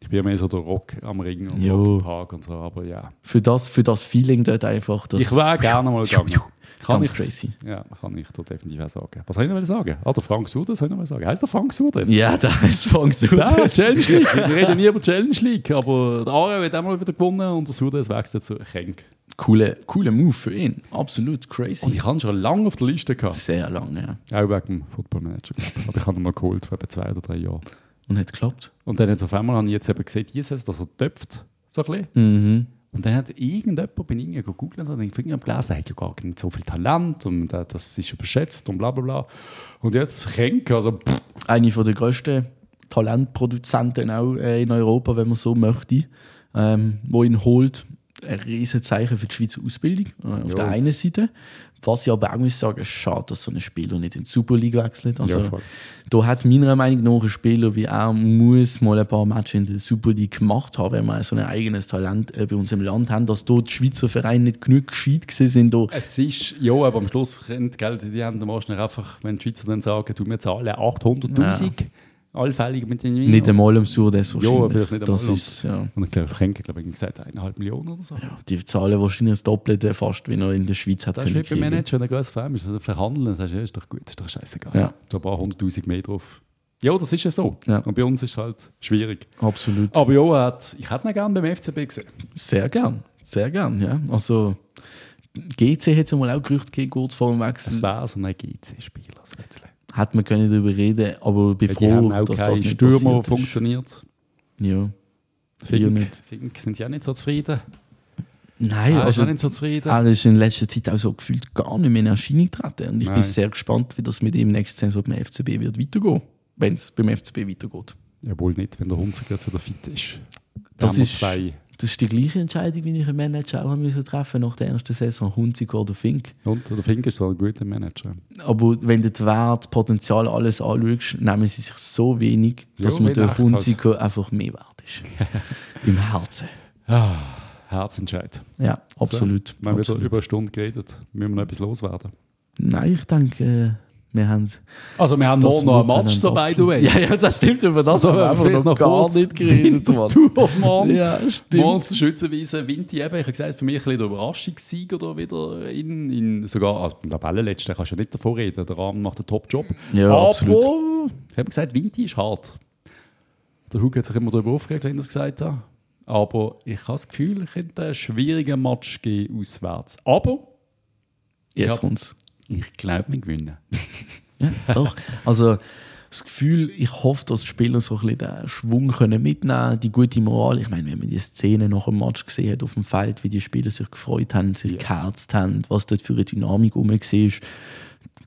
S1: Ich bin ja mehr so der Rock am Ring und
S2: Jo.
S1: Rock im Park und so, aber ja.
S2: für das, für das Feeling dort einfach. Das
S1: Ich wäre gerne mal gegangen. Kann
S2: ganz
S1: ich,
S2: crazy.
S1: ja, kann ich dir definitiv auch sagen. Was soll ich noch sagen? Ah, der Frank Sudes soll ich noch sagen. Heißt der Frank Sudes?
S2: Ja, da ist Song
S1: Ja,
S2: super.
S1: Challenge League. Wir reden nie über die Challenge League, aber der Aare hat auch mal wieder gewonnen und der Sudes wechselt zu Henk.
S2: Coole, cooler Move für ihn. Absolut
S1: Und
S2: crazy.
S1: ich habe ihn schon lange auf der Liste gehabt.
S2: Sehr lange, ja.
S1: Auch wegen dem Football Manager. Club. Aber ich habe ihn mal geholt vor etwa zwei oder drei Jahren.
S2: Und hat geklappt.
S1: Und dann jetzt auf einmal habe ich jetzt eben gesehen, die Saison, dass er töpft. So ein bisschen. Und dann hat irgendjemand bei ihm gegoogelt und so, und ich habe gelesen, er hat ja gar nicht so viel Talent und äh, das ist überschätzt und bla bla bla. Und jetzt Henk, also pff,
S2: Eine von der grössten Talentproduzenten auch äh, in Europa, wenn man so möchte, ähm, wo ihn holt. Ein riesen Zeichen für die Schweizer Ausbildung äh, auf der einen Seite. Was ich aber auch muss sagen, schade, dass so ein Spieler nicht in die Super League wechselt. Also,
S1: Ja, voll.
S2: da hat meiner Meinung nach ein Spieler wie er muss mal ein paar Matches in der Super League gemacht haben, wenn wir so ein eigenes Talent äh, bei uns im Land haben, dass dort die Schweizer Vereine nicht genug gescheit gewesen sind. Da.
S1: es ist, ja, aber am Schluss kennt, gell, die die haben dann meistens einfach, wenn die Schweizer dann sagen, du, wir zahlen 800'000 allfällig mit den
S2: Nicht einmal am Sur des
S1: Ja,
S2: wahrscheinlich.
S1: vielleicht nicht
S2: das
S1: einmal.
S2: ist, ja.
S1: Und ich glaube, Henke, glaube ich, hat gesagt, eineinhalb Millionen oder so.
S2: Die zahlen wahrscheinlich das Doppelte fast, wie er in der Schweiz hat
S1: Das ist
S2: können
S1: nicht beim
S2: kriegen.
S1: Manager, wenn er großes Fan ist, also verhandeln, dann sagst du, ja, ist doch gut, ist doch scheißegal.
S2: Ja.
S1: Da ein paar hunderttausend mehr drauf. Ja, das ist ja so.
S2: Ja.
S1: Und bei uns ist es halt schwierig.
S2: Absolut.
S1: Aber ja, er hat, ich hätte ihn gerne beim FCB gesehen.
S2: Sehr gern. Sehr gern, ja. Also, GC hat es ja mal auch Gerüchte gegeben, kurz vor dem
S1: Es
S2: Wechsel.
S1: wäre so ein GC-Spieler. So ein bisschen.
S2: Hat man können darüber reden, aber ich bin
S1: Weil die
S2: froh,
S1: haben auch
S2: dass das
S1: keine
S2: nicht
S1: Stürmer, die
S2: passiert ist.
S1: funktioniert.
S2: Ja. Ja,
S1: Fink,
S2: nicht.
S1: Fink sind sie auch nicht so zufrieden.
S2: Nein,
S1: er ist
S2: also,
S1: auch nicht so zufrieden.
S2: er ist in letzter Zeit auch so gefühlt gar nicht mehr in Erscheinung getreten. Und ich
S1: Nein.
S2: bin sehr gespannt, wie das mit ihm nächstes Saison beim FCB wird weitergehen. Wenn es beim FCB weitergeht.
S1: Ja, wohl nicht, wenn der Hunziker jetzt wieder fit ist. Da
S2: Das
S1: haben wir
S2: ist-
S1: zwei.
S2: Das ist die gleiche Entscheidung, wie ich einen Manager auch haben müssen treffen nach der ersten Saison, Hunzig oder Fink.
S1: Und der Fink ist so ein guter Manager.
S2: Aber wenn du den Wert, das Potenzial, alles anschaust, nehmen sie sich so wenig, dass
S1: Ja, halt.
S2: man
S1: wie
S2: der
S1: Nacht
S2: Hunziker einfach mehr wert ist. Im Herzen.
S1: Herzentscheid.
S2: Ja, absolut.
S1: Wir haben wieder
S2: absolut.
S1: über eine Stunde geredet. Müssen wir noch etwas loswerden?
S2: Nein, ich denke, äh, wir haben.
S1: Also, wir haben
S2: das
S1: morgen noch ein
S2: Wochenende
S1: Match, so by the way.
S2: Ja, ja, das stimmt, über das
S1: Also,
S2: haben wir einfach
S1: vielleicht
S2: noch
S1: noch
S2: gar
S1: kurz.
S2: nicht geredet. Mann.
S1: Du, morgen.
S2: Ja, stimmt.
S1: Morgen zu Schützenwiese, Winti eben. Ich habe gesagt, für mich ein bisschen der Überraschungssieg oder wieder in, in sogar, also beim Tabellenletzten kannst du ja nicht davon reden, der Rahmen macht einen Top-Job.
S2: Ja,
S1: Aber,
S2: absolut.
S1: ich habe gesagt, Winti ist hart. Der Hug hat sich immer darüber aufgeregt, wenn er es gesagt hat. Aber ich habe das Gefühl, ich könnte einen schwierigen Match gehen auswärts. Aber Ja.
S2: Jetzt kommt's.
S1: ich glaube, wir gewinnen.
S2: Ja, doch. Also das Gefühl, ich hoffe, dass die Spieler so ein bisschen den Schwung können mitnehmen die gute Moral. Ich meine, wenn man die Szene nach dem Match gesehen hat auf dem Feld, wie die Spieler sich gefreut haben, sich
S1: Yes.
S2: geherzt haben, was dort für eine Dynamik rum war,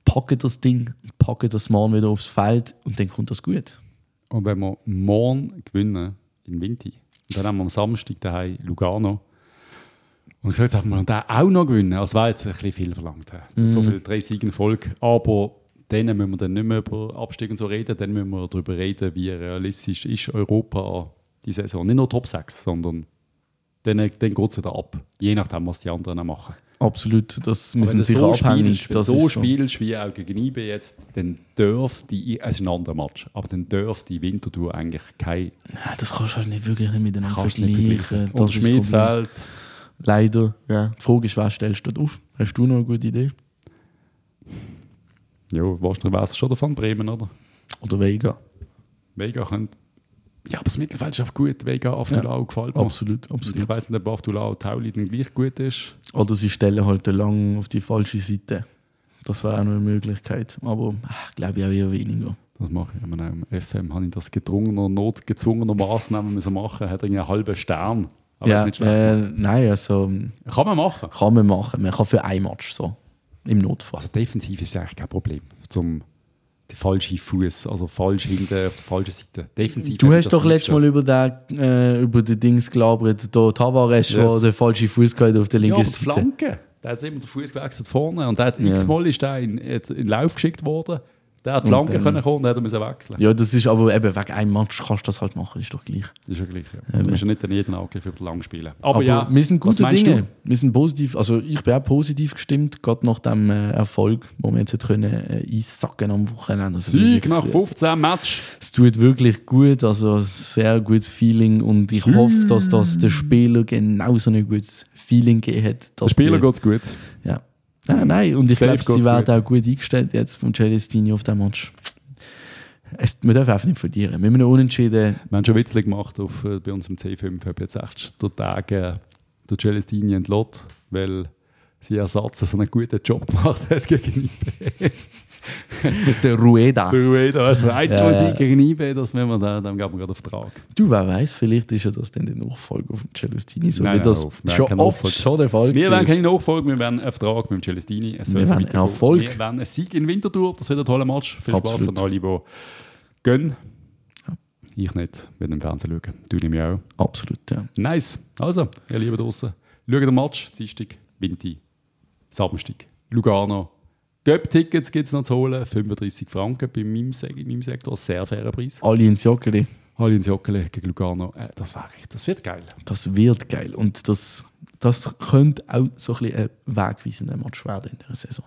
S2: packen das Ding, packen das Mann wieder aufs Feld und dann kommt das gut.
S1: Und wenn wir morgen gewinnen in Vinti, und dann haben wir am Samstag daheim Lugano. Und ich sage jetzt einfach mal, und den auch noch gewinnen. Also, es war jetzt ein bisschen viel verlangt. äh, So viele drei Siegen in Folge. Aber denen müssen wir dann nicht mehr über Abstieg und so reden. Dann müssen wir darüber reden, wie realistisch ist Europa die Saison. Nicht nur Top 6, sondern dann, dann geht es wieder ab. Je nachdem, was die anderen auch machen.
S2: Absolut, das wir
S1: Wenn
S2: sind
S1: du
S2: sicher
S1: so
S2: abhängig.
S1: spielst, wenn du
S2: das
S1: so
S2: ist so.
S1: spielst wie auch gegen IB jetzt, dann dürfte ich, es ist ein anderer Match, aber dann dürfte Winterthur eigentlich kein
S2: Ja, das kannst du halt nicht wirklich nicht miteinander
S1: kannst du nicht
S2: vergleichen.
S1: vergleichen.
S2: Das
S1: Und
S2: ist das Problem.
S1: Schmidfeld,
S2: Leider, ja. Die Frage ist, wer stellst du dort auf? Hast du noch eine gute Idee?
S1: ja, wahrscheinlich weiss es schon davon, Bremen, oder?
S2: Oder Vega?
S1: Vega könnte, ja, aber das Mittelfeld ist auch gut, Vega, Aftulau gefällt mir.
S2: Absolut,
S1: Und
S2: absolut.
S1: Oh, Ich weiss nicht, ob Aftulau Tauli dann gleich gut ist.
S2: Oder sie stellen halt lang auf die falsche Seite. Das wäre auch noch eine Möglichkeit. Aber ach, glaube ich auch eher weniger.
S1: Das mache ich immer noch im FM. Habe ich das gedrungener, notgezwungener Massnahmen müssen machen? Hat irgendwie einen halben Stern. Aber
S2: ja,
S1: ist nicht schlecht.
S2: äh, nein, also
S1: Kann man machen.
S2: kann man machen. Man kann für ein Match so. Im Notfall.
S1: Also defensiv ist es eigentlich kein Problem. Zum den falschen Fuß, also falsch hinten auf der falschen Seite. Defensiv
S2: Du
S1: habe
S2: hast
S1: ich das
S2: doch
S1: nicht
S2: letztes Mal
S1: gestört.
S2: über den, äh, über den Dings gelabert, da Tavares,
S1: Yes.
S2: der den falschen Fuß gehabt hat auf der
S1: ja,
S2: linken
S1: aber die
S2: Seite.
S1: Flanke. Der hat immer den Fuß gewechselt vorne und der hat
S2: Ja.
S1: x-mal ist der in, in den Lauf geschickt worden. Der hat die Flanke
S2: dann-
S1: können kommen und der hat er müssen wechseln.
S2: Ja, das ist aber eben wegen einem Match kannst du das halt machen, ist doch gleich.
S1: Ist ja gleich. Ja. Du musst ja nicht dann jeden Angriff über lang spielen. Aber,
S2: Aber
S1: ja,
S2: wir sind
S1: was
S2: gute
S1: meinst
S2: Dinge.
S1: du?
S2: Wir sind positiv, also ich bin auch positiv gestimmt, gerade nach dem äh, Erfolg, wo wir jetzt hat können, äh, einsacken am Wochenende. Also
S1: Sieg
S2: wirklich,
S1: nach
S2: äh,
S1: 15 Match.
S2: Es tut wirklich gut, also sehr gutes Feeling und ich hoffe, dass das den Spieler genauso ein gutes Feeling gegeben hat.
S1: Der
S2: dass
S1: Spieler
S2: die-
S1: geht gut.
S2: Ja. Nein, nein, und ich
S1: Safe
S2: glaube, sie
S1: geht's
S2: werden
S1: gut.
S2: auch gut eingestellt jetzt von Celestini auf dem Match. Es, wir dürfen einfach nicht verlieren. Wir müssen unentschieden.
S1: Wir haben schon Witzel gemacht auf, äh, bei uns im C5, ob jetzt echt der Tag äh, der Celestini entlott, weil sie Ersatz so einen guten Job gemacht hat gegen IB.
S2: Der Rueda.
S1: Der Rueda, also ein
S2: Ja,
S1: 2
S2: ja.
S1: Sieg gegen IB, das müssen wir dann, dann geben wir gerade auf Trag.
S2: Du, wer weiß, vielleicht ist ja das dann der Nachfolger von Celestini, so
S1: Nein,
S2: wie
S1: nein,
S2: das
S1: auf. Nein,
S2: schon
S1: kein
S2: oft
S1: Nachfolger.
S2: schon der Fall
S1: Wir
S2: war.
S1: werden keine Nachfolge, wir werden einen Vertrag mit dem Celestini. Es soll
S2: Wir
S1: so
S2: werden
S1: weitergehen.
S2: Erfolg.
S1: Wir werden einen Sieg in Winterthur, das wird ein toller Match. Viel Spaß
S2: Absolut.
S1: an alle, die gehen. Ich nicht, mit dem Fernsehen schauen. Du nimmst auch.
S2: Absolut, ja.
S1: Nice. Also, ihr Lieben draussen, schaut den Match. Dienstag, Winti, Samstag, Lugano. Göpp-Tickets gibt es noch zu holen. 35 Franken bei meinem, Sek in meinem Sektor. Sehr fairer Preis.
S2: Alle ins Joggeli.
S1: Hallin Jockele gegen Lugano. Äh, das wäre ich. Das wird geil.
S2: Das wird geil. Und das, das könnte auch so ein bisschen ein wegweisender Match werden in dieser Saison.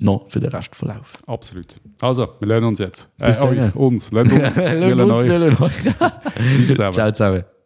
S2: Noch für den Restverlauf.
S1: Absolut. Also, wir lernen uns jetzt.
S2: Bis dann.
S1: euch, uns. Lernen uns. wir lernen euch.
S2: Ciao
S1: Tschüss zusammen.
S2: zusammen.